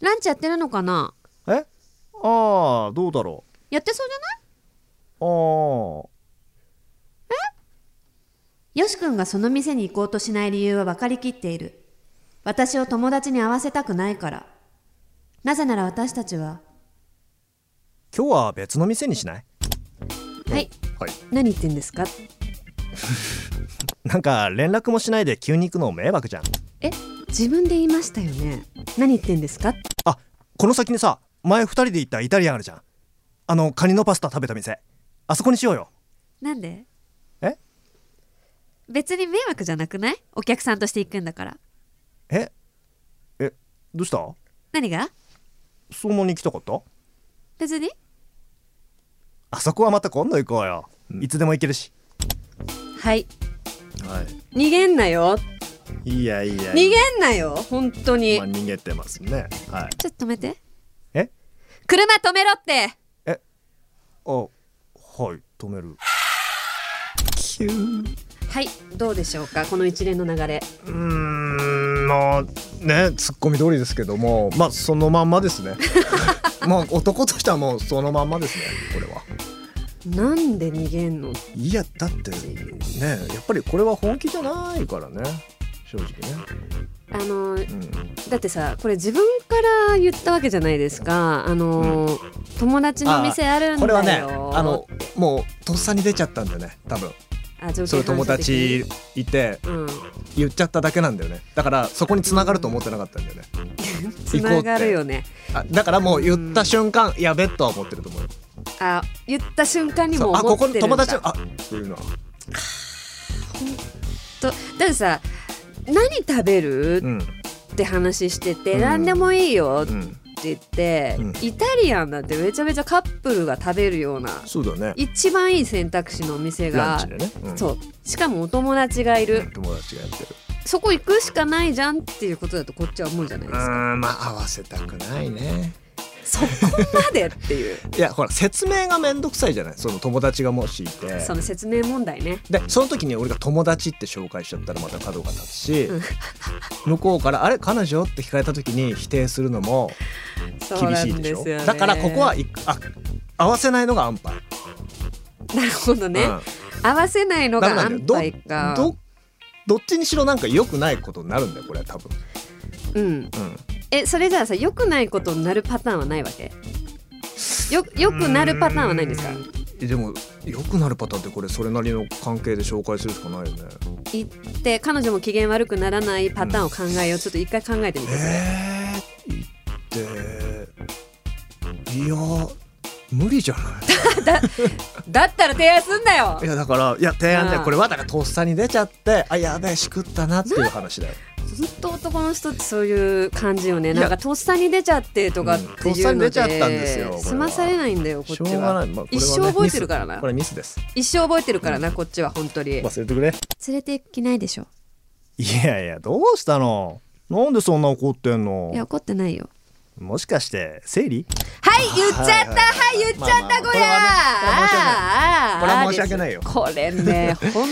Speaker 1: ランチやってるのかな
Speaker 4: えああどうだろ
Speaker 1: やってそうじゃないう
Speaker 4: あ
Speaker 1: よし君がその店に行こうとしない理由は分かりきっている。私を友達に会わせたくないから。なぜなら私たちは。
Speaker 4: ー今日は別の店にしない
Speaker 1: はい、
Speaker 2: はい
Speaker 1: 何言ってんですか
Speaker 4: なんか連絡もしないで急に行くの迷惑じゃん
Speaker 1: え、自分で言いましたよね。何言ってんですか
Speaker 4: あこの先にさ前2人で行ったイタリアンあるじゃんあのカニのパスタ食べた店あそこにしようよ
Speaker 1: なんで
Speaker 4: え
Speaker 1: 別に迷惑じゃなくないお客さんとして行くんだから。
Speaker 4: ええどうした
Speaker 1: 何が
Speaker 4: 相馬に行きたかった
Speaker 1: 別に
Speaker 4: あそこはまた今度行こうよ、いつでも行けるし
Speaker 1: はい。
Speaker 2: は
Speaker 1: 逃げんなよ。
Speaker 2: いいやいや
Speaker 1: 逃げんなよ。本当に
Speaker 2: まあ。逃げてますねはい
Speaker 1: ちょっと止めて。
Speaker 4: え
Speaker 1: 車止めろって
Speaker 4: あはい止める
Speaker 2: キュー
Speaker 1: はい、どうでしょうかこの一連の流れ。
Speaker 2: うーんまあねツッコミ通りですけどもまあそのまんまですね まあ男としてはもうそのまんまですねこれは
Speaker 1: なんで逃げんの
Speaker 2: いやだってねやっぱりこれは本気じゃないからね正直ね、
Speaker 1: あの
Speaker 2: うん、
Speaker 1: だってさこれ自分から言ったわけじゃないですかあの、友達の店あるんだよ
Speaker 2: これはねあのもうとっさに出ちゃったんだよね多分
Speaker 1: あ条件
Speaker 2: それ友
Speaker 1: 反射的
Speaker 2: 達いて
Speaker 1: にうん
Speaker 2: 言っちゃっただけなんだよねだからそこに繋がると思ってなかったんだよね
Speaker 1: つながるよね
Speaker 2: あだからもう言った瞬間やべっとは思ってると思うよ
Speaker 1: あ言った瞬間に
Speaker 2: そ
Speaker 1: も
Speaker 2: うあ
Speaker 1: 思
Speaker 2: こ
Speaker 1: って
Speaker 2: こ
Speaker 1: るん
Speaker 2: の
Speaker 1: だ
Speaker 2: 友達のあっていうのは
Speaker 1: とだってさ何食べる
Speaker 2: うん
Speaker 1: って話してて、
Speaker 2: うん
Speaker 1: 何でもいいよっ
Speaker 2: う
Speaker 1: て
Speaker 2: ん
Speaker 1: 言って、
Speaker 2: うん
Speaker 1: イタリアンだってめちゃめちゃカップルが食べるような
Speaker 2: そうだね
Speaker 1: 一番いい選択肢のお店
Speaker 2: ラン
Speaker 1: が
Speaker 2: チでね、うん
Speaker 1: そうしかもお友達がいる
Speaker 2: 友達がやってる
Speaker 1: そこ行くしかないじゃんっていうことだとこっちは思うじゃないうですか
Speaker 2: ーんまあ合わせたくないね
Speaker 1: そこまでっていう
Speaker 2: いやほら説明がめんどくさいじゃないその友達がもしいて
Speaker 1: その説明問題ね
Speaker 2: でその時に俺が友達って紹介しちゃったらまた角が立つし、 向こうから「あれ彼女?」って聞かれた時に否定するのも
Speaker 1: そう
Speaker 2: 厳
Speaker 1: な
Speaker 2: しい
Speaker 1: ん
Speaker 2: でし
Speaker 1: です
Speaker 2: ょ
Speaker 1: よね
Speaker 2: だからここはいあ合わせないのが安牌
Speaker 1: なるほどね、
Speaker 2: うん
Speaker 1: 合わせないのが
Speaker 2: ダメなん
Speaker 1: 安
Speaker 2: だよ
Speaker 1: 牌か
Speaker 2: どどっちにしろなんか良くないことになるんだよこれは多分、
Speaker 1: うん
Speaker 2: うん、
Speaker 1: えそれじゃあさ良くないことになるパターンはないわけよ良くなるパターンはないんですか
Speaker 2: えでも良くなるパターンってこれそれなりの関係で紹介するしかないよね
Speaker 1: 行って彼女も機嫌悪くならないパターンを考えようちょっと一回考えてみてください
Speaker 2: えー、っていや無理じゃない
Speaker 1: だったら提案すんなよ
Speaker 2: いやだからいや提案じ
Speaker 1: あ
Speaker 2: ゃん
Speaker 1: ー
Speaker 2: これはだからとっさに出ちゃってあやべえしくったなっていう話だよ。
Speaker 1: ずっと男の人ってそういう感じよね
Speaker 2: いや
Speaker 1: なんかとっさに出ちゃってとかっていうので、
Speaker 2: うんとっさに出ちゃったんですよこれは
Speaker 1: 済まされないんだよこっち
Speaker 2: しょうが
Speaker 1: は
Speaker 2: ない、まあこれはね
Speaker 1: 一生覚えてるからな
Speaker 2: ミスこれミスです
Speaker 1: 一生覚えてるからなこっちは本当に連
Speaker 2: 忘れてくれ
Speaker 1: れていけないでしょ
Speaker 4: いやいやどうしたのなんでそんな怒ってんの
Speaker 1: いや怒ってないよ
Speaker 4: もしかして生理
Speaker 1: はい言っちゃったはい言っちゃっ
Speaker 2: まあ
Speaker 1: た
Speaker 2: まあ
Speaker 1: こりゃ
Speaker 2: これは申し訳ない
Speaker 1: あーあーですこれね ほん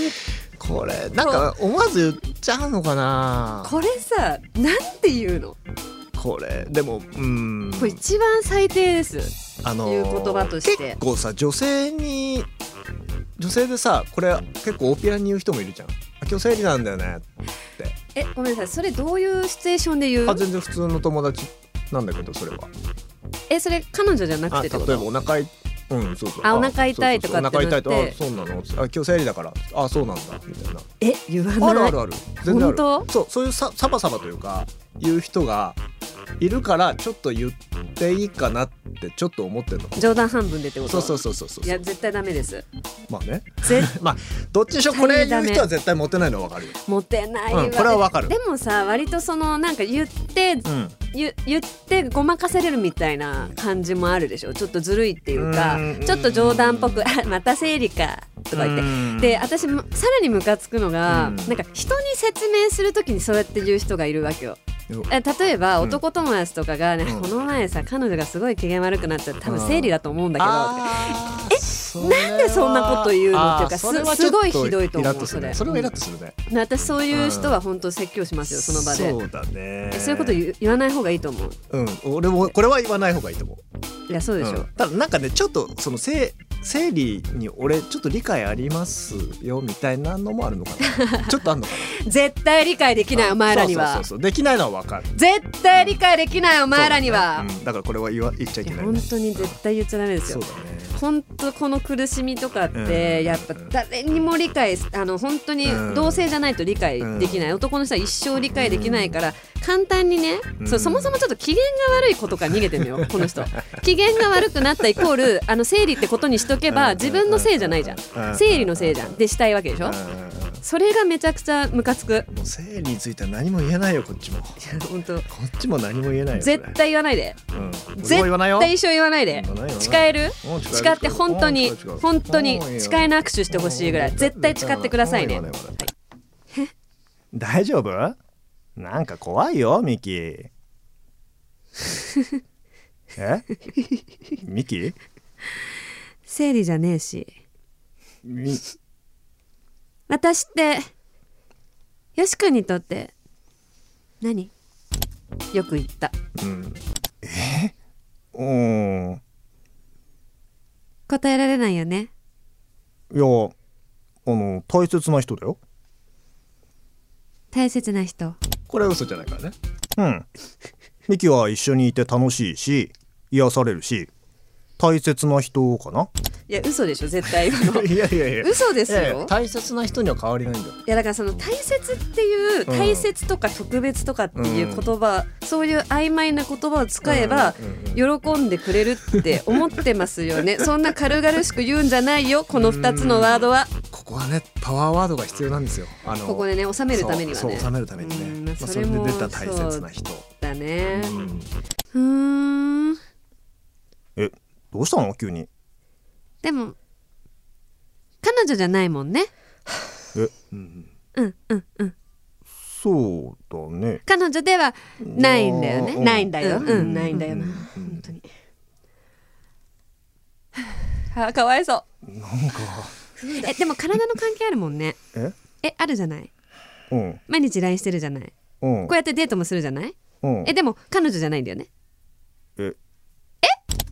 Speaker 2: これなんか思わず言っちゃうのかな
Speaker 1: これさなんて言うの
Speaker 2: これでもうーん
Speaker 1: これ一番最低です
Speaker 2: あの
Speaker 1: いう言葉として
Speaker 2: 結構さ女性に女性でさこれ結構オピラに言う人もいるじゃんあ今日生理なんだよね
Speaker 1: えごめんなさいそれどういうシチュエーションで言
Speaker 2: あ
Speaker 1: う
Speaker 2: 全然普通の友達なんだけどそれは
Speaker 1: えそれ彼女じゃなく
Speaker 2: あ
Speaker 1: て
Speaker 2: 例
Speaker 1: ってこ
Speaker 2: えば
Speaker 1: と
Speaker 2: お腹いうんそうそう
Speaker 1: あお腹痛いとかって
Speaker 2: そうそうそうお腹痛いと
Speaker 1: なっ
Speaker 2: あ
Speaker 1: て
Speaker 2: そうなのあ今日生理だからあそうなんだみたいな
Speaker 1: え言わない
Speaker 2: あるあるある全然ある
Speaker 1: 本
Speaker 2: そうそういうさサバサバというか言う人がいるからちょっと言っていいかなってちょっと思ってるの
Speaker 1: 冗談半分でってこと
Speaker 2: そうそうそうそうそう
Speaker 1: や絶対ダメです
Speaker 2: まあね
Speaker 1: 絶
Speaker 2: まあどっちにしろこれ言う人は絶対モテないのはわかるよ、
Speaker 1: モテないわ、
Speaker 2: うん、これはわかる
Speaker 1: でもさ割とそのなんか言って
Speaker 2: うん
Speaker 1: ゆ言ってごまかせれるみたいな感じもあるでしょちょっとずるいっていうか
Speaker 2: うん
Speaker 1: ちょっと冗談っぽく「あまた生理か」とか言って。で私もさらにムカつくのが、
Speaker 2: うん
Speaker 1: なんか人に説明するときにそうやって言う人がいるわけよ
Speaker 2: うん
Speaker 1: え例えば
Speaker 2: うん
Speaker 1: 男友達とかが、ね
Speaker 2: うん
Speaker 1: この前さ彼女がすごい機嫌悪くなっちゃって多分生理だと思うんだけど、
Speaker 2: あー
Speaker 1: えなんでそんなこと言うの
Speaker 2: あ
Speaker 1: って
Speaker 2: ー
Speaker 1: いうか
Speaker 2: それは
Speaker 1: すすごい
Speaker 2: ちょっ
Speaker 1: ひどいと思う
Speaker 2: イラッするね
Speaker 1: そ
Speaker 2: そ
Speaker 1: れ
Speaker 2: れはイラッとするね
Speaker 1: で私そういう人は本当説教しますよその場で
Speaker 2: そうだね
Speaker 1: えそういうこと言う言わない方がいいと思う
Speaker 2: うん俺もこれは言わない方がいいと思う
Speaker 1: いやそうでしょ、
Speaker 2: うんただなんかねちょっとその生生理に俺ちょっと理解ありますよみたいなのもあるのかな ちょっとあんのかな
Speaker 1: 絶対理解できないお前らに
Speaker 2: そう
Speaker 1: は
Speaker 2: そうそうそうできないのはわかる
Speaker 1: 絶対理解できないお前らには
Speaker 2: そうだ,、ねうんだからこれは言わ言っちゃい
Speaker 1: い
Speaker 2: け
Speaker 1: や
Speaker 2: ないね
Speaker 1: 本当に絶対言っちゃダメです
Speaker 2: そう
Speaker 1: よ
Speaker 2: だね
Speaker 1: 本当この苦しみとかっ
Speaker 2: う
Speaker 1: て
Speaker 2: ん
Speaker 1: やっぱ誰にも理解すあの本当に
Speaker 2: うん
Speaker 1: 同性じゃないと理解できない男の人は一生理解できないから簡単にね
Speaker 2: うん
Speaker 1: そうそもそもちょっと機嫌が悪いことから逃げてるのよこの人 機嫌が悪くなったイコールあの生理ってことにしとけば自分のせいじゃないじゃん
Speaker 2: ん
Speaker 1: 生理のせいじゃんでしたいわけでし
Speaker 2: う
Speaker 1: ょ
Speaker 2: んうんう
Speaker 1: それがめちゃくちゃムカつく
Speaker 2: んもう生理については何も言えないよこっちもこ
Speaker 1: いや本当
Speaker 2: っちも何も言えないよ
Speaker 1: 絶
Speaker 2: こ
Speaker 1: 対言わないで
Speaker 2: れうん
Speaker 1: 絶
Speaker 2: 俺も言わないよ
Speaker 1: 絶対一生言わないで
Speaker 2: 言わないよ
Speaker 1: 誓える
Speaker 2: うん誓
Speaker 1: 誓って本当に
Speaker 2: うん誓う
Speaker 1: 本当に
Speaker 2: うんいいよ
Speaker 1: 誓いの握手してほしいぐらい絶対誓ってくださいね
Speaker 2: うん言わな言わない
Speaker 4: 大丈夫なんか怖いよ ミキえミキ
Speaker 1: 生理じゃねえし
Speaker 4: み
Speaker 1: 私ってよしくんにとって何よく言った
Speaker 2: うん
Speaker 4: うん
Speaker 1: 答えられないよね
Speaker 4: いやあの大切な人だよ
Speaker 1: 大切な人
Speaker 2: これは嘘じゃないからね
Speaker 4: うんミキは一緒にいて楽しいし癒されるし大切な人かない
Speaker 1: や嘘でしょ絶対今の
Speaker 2: いやいやいや
Speaker 1: 嘘ですよ、
Speaker 2: いやいや大切な人には変わりないんだよ
Speaker 1: いやだからその大切っていう
Speaker 2: うん
Speaker 1: 大切とか特別とかっていう言葉、そういう曖昧な言葉を使えば
Speaker 2: うんうん
Speaker 1: 喜んでくれるって思ってますよ ねそんな軽々しく言うんじゃないよこの2つのワードは
Speaker 2: ここはねパワーワードが必要なんですよあの
Speaker 1: ここでね収めるためには
Speaker 2: そう
Speaker 1: ね
Speaker 2: そう収めるためにね
Speaker 1: うん
Speaker 2: まあそ
Speaker 1: そ
Speaker 2: れ
Speaker 1: れ
Speaker 2: で
Speaker 1: も
Speaker 2: 出た大切な人
Speaker 1: だね
Speaker 2: うん
Speaker 1: うーん
Speaker 4: どうしたの急に
Speaker 1: でも彼女じゃないもんね
Speaker 2: うん
Speaker 1: うんうんうん
Speaker 4: そうだね
Speaker 1: 彼女ではないんだよね
Speaker 4: うん
Speaker 1: ないんだよ
Speaker 2: う
Speaker 1: うんん、ないんだよな、
Speaker 2: うん
Speaker 1: 本当にはあかわいそう
Speaker 4: なんか
Speaker 1: えでも体の関係あるもんね
Speaker 4: え
Speaker 1: えあるじゃない
Speaker 4: うん
Speaker 1: 毎日 LINE してるじゃない
Speaker 4: うん
Speaker 1: こうやってデートもするじゃない
Speaker 4: うん
Speaker 1: えでも彼女じゃないんだよね
Speaker 4: え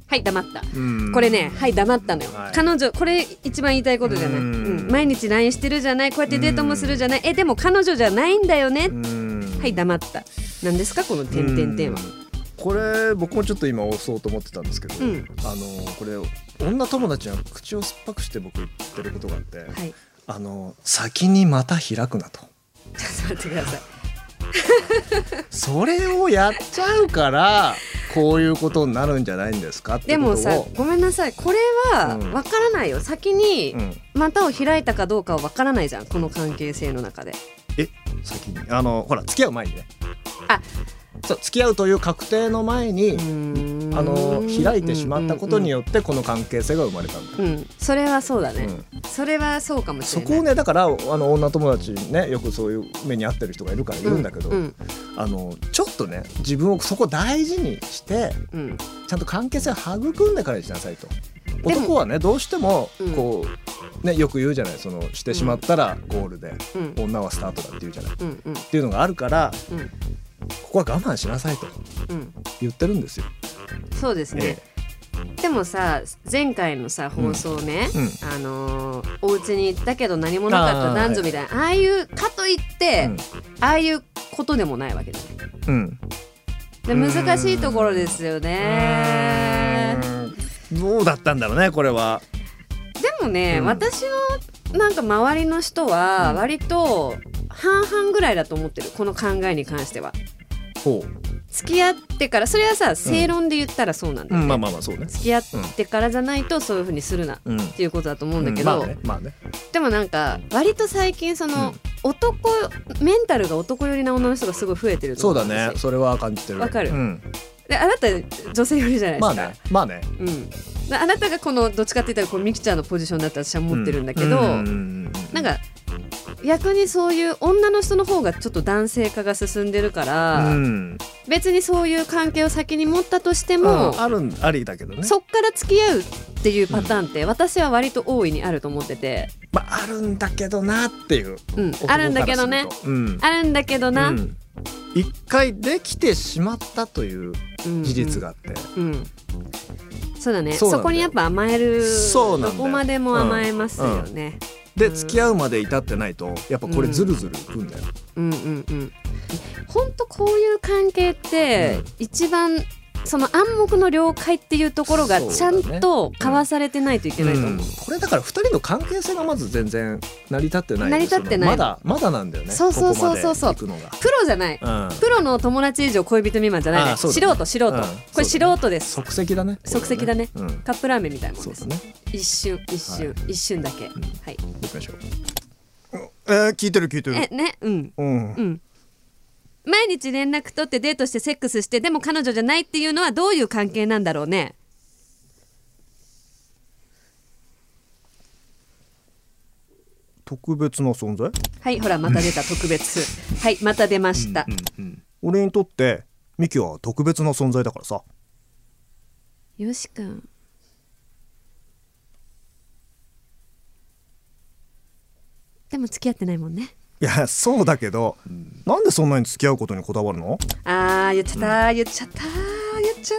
Speaker 1: はい黙った
Speaker 2: うん
Speaker 1: これねはい黙ったのよ、
Speaker 2: はい
Speaker 1: 彼女これ一番言いたいことじゃない、う
Speaker 2: うん
Speaker 1: ん、毎日 LINE してるじゃないこうやってデートもするじゃないえでも彼女じゃないんだよね
Speaker 2: うん
Speaker 1: はい黙った何ですかこの点点点は
Speaker 2: うんこれ僕もちょっと今押そうと思ってたんですけど、
Speaker 1: うん
Speaker 2: あのこれ女友達が口を酸っぱくして僕言ってることがあって、
Speaker 1: はい
Speaker 2: あの先にまた開くなと
Speaker 1: ちょっと待ってください
Speaker 2: それをやっちゃうからこういうことになるんじゃないんですかって
Speaker 1: で
Speaker 2: ことを
Speaker 1: もさごめんなさいこれは
Speaker 2: うん
Speaker 1: わからないよ、先に
Speaker 2: うん、
Speaker 1: 股を開いたかどうかはわからないじゃんこの関係性の中で
Speaker 2: 先にあのほら付き合う前にね
Speaker 1: あ
Speaker 2: そう付き合うという確定の前に、あ
Speaker 1: あ
Speaker 2: の開いてしまったことによってこの関係性が生まれたんだよ、
Speaker 1: うん、それはそうだね、
Speaker 2: うん
Speaker 1: それはそうかもし
Speaker 2: そ
Speaker 1: れない
Speaker 2: こをねだからあの女友達にねよくそういう目に遭ってる人がいるからいるんだけど、
Speaker 1: ううん
Speaker 2: あのちょっとね自分をそこ大事にして
Speaker 1: うん
Speaker 2: ちゃんと関係性を育んでからにしなさいと
Speaker 1: でも
Speaker 2: 男はねどうしても
Speaker 1: うん
Speaker 2: こう、ね、よく言うじゃないそのしてしまったらゴールで、
Speaker 1: うん
Speaker 2: 女はスタートだって言うじゃないっ
Speaker 1: うんうん
Speaker 2: ていうのがあるから
Speaker 1: うん
Speaker 2: ここは我慢しなさいと
Speaker 1: うん
Speaker 2: 言ってるんですよ。
Speaker 1: そうですね、でもさ前回のさ放送ね、
Speaker 2: うんうん
Speaker 1: あのーお家に行ったけど何もなかった
Speaker 2: あー
Speaker 1: 男女みたいなあ,、あいうかといって、ああいうことでもないわけじゃない
Speaker 2: うんうん
Speaker 1: で
Speaker 2: うん
Speaker 1: 難しいところですよね
Speaker 2: うーんどうだったんだろうねこれは。
Speaker 1: でもね、
Speaker 2: うん
Speaker 1: 私のなんか周りの人は
Speaker 2: うん
Speaker 1: 割と半々ぐらいだと思ってるこの考えに関しては
Speaker 2: ほう、
Speaker 1: 付き合ってからそれはさ正論で言ったらそうなんだよ
Speaker 2: う
Speaker 1: ね、
Speaker 2: ん、まあまあまあそうね。
Speaker 1: 付き合ってからじゃないとそういうふうにするなっ
Speaker 2: うん
Speaker 1: ていうことだと思うんだけ
Speaker 2: う
Speaker 1: ど、
Speaker 2: まあねまあね。
Speaker 1: でもなんか割と最近その、
Speaker 2: うん
Speaker 1: 男メンタルが男寄りな女の人がすごい増えてると
Speaker 2: そう
Speaker 1: 思
Speaker 2: だ
Speaker 1: んですよ
Speaker 2: ね。それは感じてる。
Speaker 1: わかる
Speaker 2: うん、
Speaker 1: であなた女性寄りじゃないです
Speaker 2: ま
Speaker 1: か、
Speaker 2: あね。まあね。
Speaker 1: うん、であなたがこのどっちかって言ったらこのミキちゃんのポジションだって私は持ってるんだけど、
Speaker 2: ううんうんう
Speaker 1: なんか逆にそういう女の人の方がちょっと男性化が進んでるから、
Speaker 2: うん、
Speaker 1: 別にそういう関係を先に持ったとしても、
Speaker 2: ああるんありだけどね。
Speaker 1: そっから付き合うっていうパターンって私は割と大いにあると思ってて、
Speaker 2: まああるんだけどなっていう。
Speaker 1: うん、あるんだけどね
Speaker 2: 男からすると。うん。
Speaker 1: あるんだけどな、
Speaker 2: うん一回できてしまったという
Speaker 1: うん
Speaker 2: 事実があって、
Speaker 1: うんそうだね
Speaker 2: そ
Speaker 1: そう
Speaker 2: なんだよ
Speaker 1: こにやっぱ甘える
Speaker 2: そうなんだよ
Speaker 1: どこまでも甘えますよね、
Speaker 2: で
Speaker 1: うん
Speaker 2: 付き合うまで至ってないとやっぱこれずるずるいくんだよ。
Speaker 1: うん、うんうんほんとこういう関係って
Speaker 2: うん
Speaker 1: 一番その暗黙の了解っていうところが
Speaker 2: そう
Speaker 1: ち
Speaker 2: だ
Speaker 1: ゃん
Speaker 2: ね
Speaker 1: と交わされてないといけないと思う、
Speaker 2: うんこれだから二人の関係性がまず全然成り立ってない
Speaker 1: 成り立ってない
Speaker 2: そのまだまだなんだよね
Speaker 1: そうそうそうそうそう
Speaker 2: ここまで行く
Speaker 1: プロじゃない
Speaker 2: のが、うん、
Speaker 1: プロの友達以上恋人未満じゃないね
Speaker 2: あーそ
Speaker 1: 素
Speaker 2: うだ
Speaker 1: 人
Speaker 2: ね
Speaker 1: 素人、
Speaker 2: うん
Speaker 1: これ
Speaker 2: そ
Speaker 1: 素
Speaker 2: うだね
Speaker 1: 人です
Speaker 2: 即席だね
Speaker 1: 即席だね
Speaker 2: うん
Speaker 1: カップラーメンみたいなもん
Speaker 2: そう
Speaker 1: です
Speaker 2: だね
Speaker 1: 一瞬一瞬、一瞬だけ、はい
Speaker 2: 行きましょうえー、聞いてる聞いて
Speaker 1: えねうん
Speaker 2: うん
Speaker 1: うん毎日連絡取ってデートしてセックスしてでも彼女じゃないっていうのはどういう関係なんだろうね
Speaker 2: 特別な存在
Speaker 1: はいほらまた出た特別 はいまた出ました、
Speaker 2: 俺にとってミキは特別な存在だからさ
Speaker 1: よしくんでも付き合ってないもんね
Speaker 2: いやそうだけど、なんでそんなに付き合うことにこだわるの
Speaker 1: あー言っちゃった、言っちゃった言っちゃっ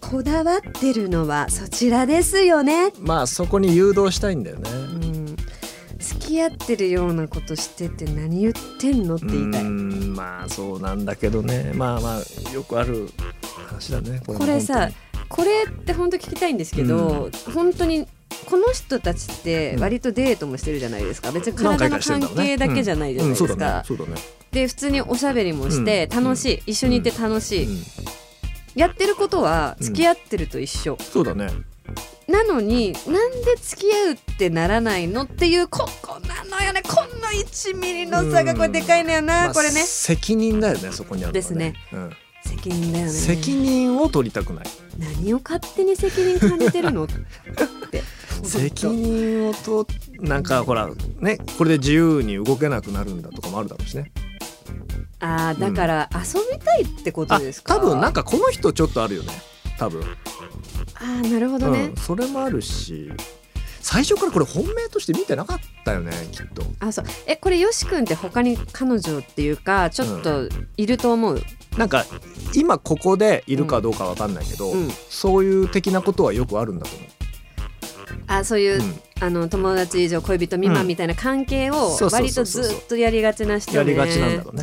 Speaker 1: たこだわってるのはそちらですよね
Speaker 2: まあそこに誘導したいんだよね
Speaker 1: うん付き合ってるようなことしてて何言ってんのって言いたい
Speaker 2: んまあそうなんだけどねまあまあよくある話だねこも
Speaker 1: これさこれって本当聞きたいんですけど、本当にこの人たちって割とデートもしてるじゃないですか別に
Speaker 2: 本当
Speaker 1: 体の関係だけじゃないじゃないですか
Speaker 2: うんうんそうだねそうだね
Speaker 1: で普通におしゃべりもして
Speaker 2: うん
Speaker 1: 楽しい、一緒にいて楽しい、
Speaker 2: うん
Speaker 1: やってることは
Speaker 2: うん
Speaker 1: 付き合ってると一緒、
Speaker 2: そうだね
Speaker 1: なのになんで付き合うってならないのっていうここなのよねこの1ミリの差がこれでかいのよな、
Speaker 2: まあ
Speaker 1: これね
Speaker 2: 責任だよねそこにあるのは
Speaker 1: ですね
Speaker 2: うん
Speaker 1: 責任だよね
Speaker 2: 責任を取りたくない
Speaker 1: 何を勝手に責任感じてるのって
Speaker 2: 責任をとなんかほらねこれで自由に動けなくなるんだとかもあるだろうしね
Speaker 1: あーだから遊びたいってこと
Speaker 2: あ
Speaker 1: ですか、
Speaker 2: 多分なんかこの人ちょっとあるよね多分
Speaker 1: あーなるほどね
Speaker 2: うん、、それもあるし最初からこれ本命として見てなかったよねきっと
Speaker 1: あそうえこれよし君って他に彼女っていうかちょっといると思う、
Speaker 2: なんか今ここでいるかどうかわかんないけど、
Speaker 1: うん
Speaker 2: そういう的なことはよくあるんだと思う
Speaker 1: あそういう、
Speaker 2: うん
Speaker 1: あの友達以上恋人未満みたいな関係を
Speaker 2: そうそう
Speaker 1: 割
Speaker 2: そ
Speaker 1: と
Speaker 2: うそう
Speaker 1: ずっとやりがちな人ね
Speaker 2: やりがちなんだろうね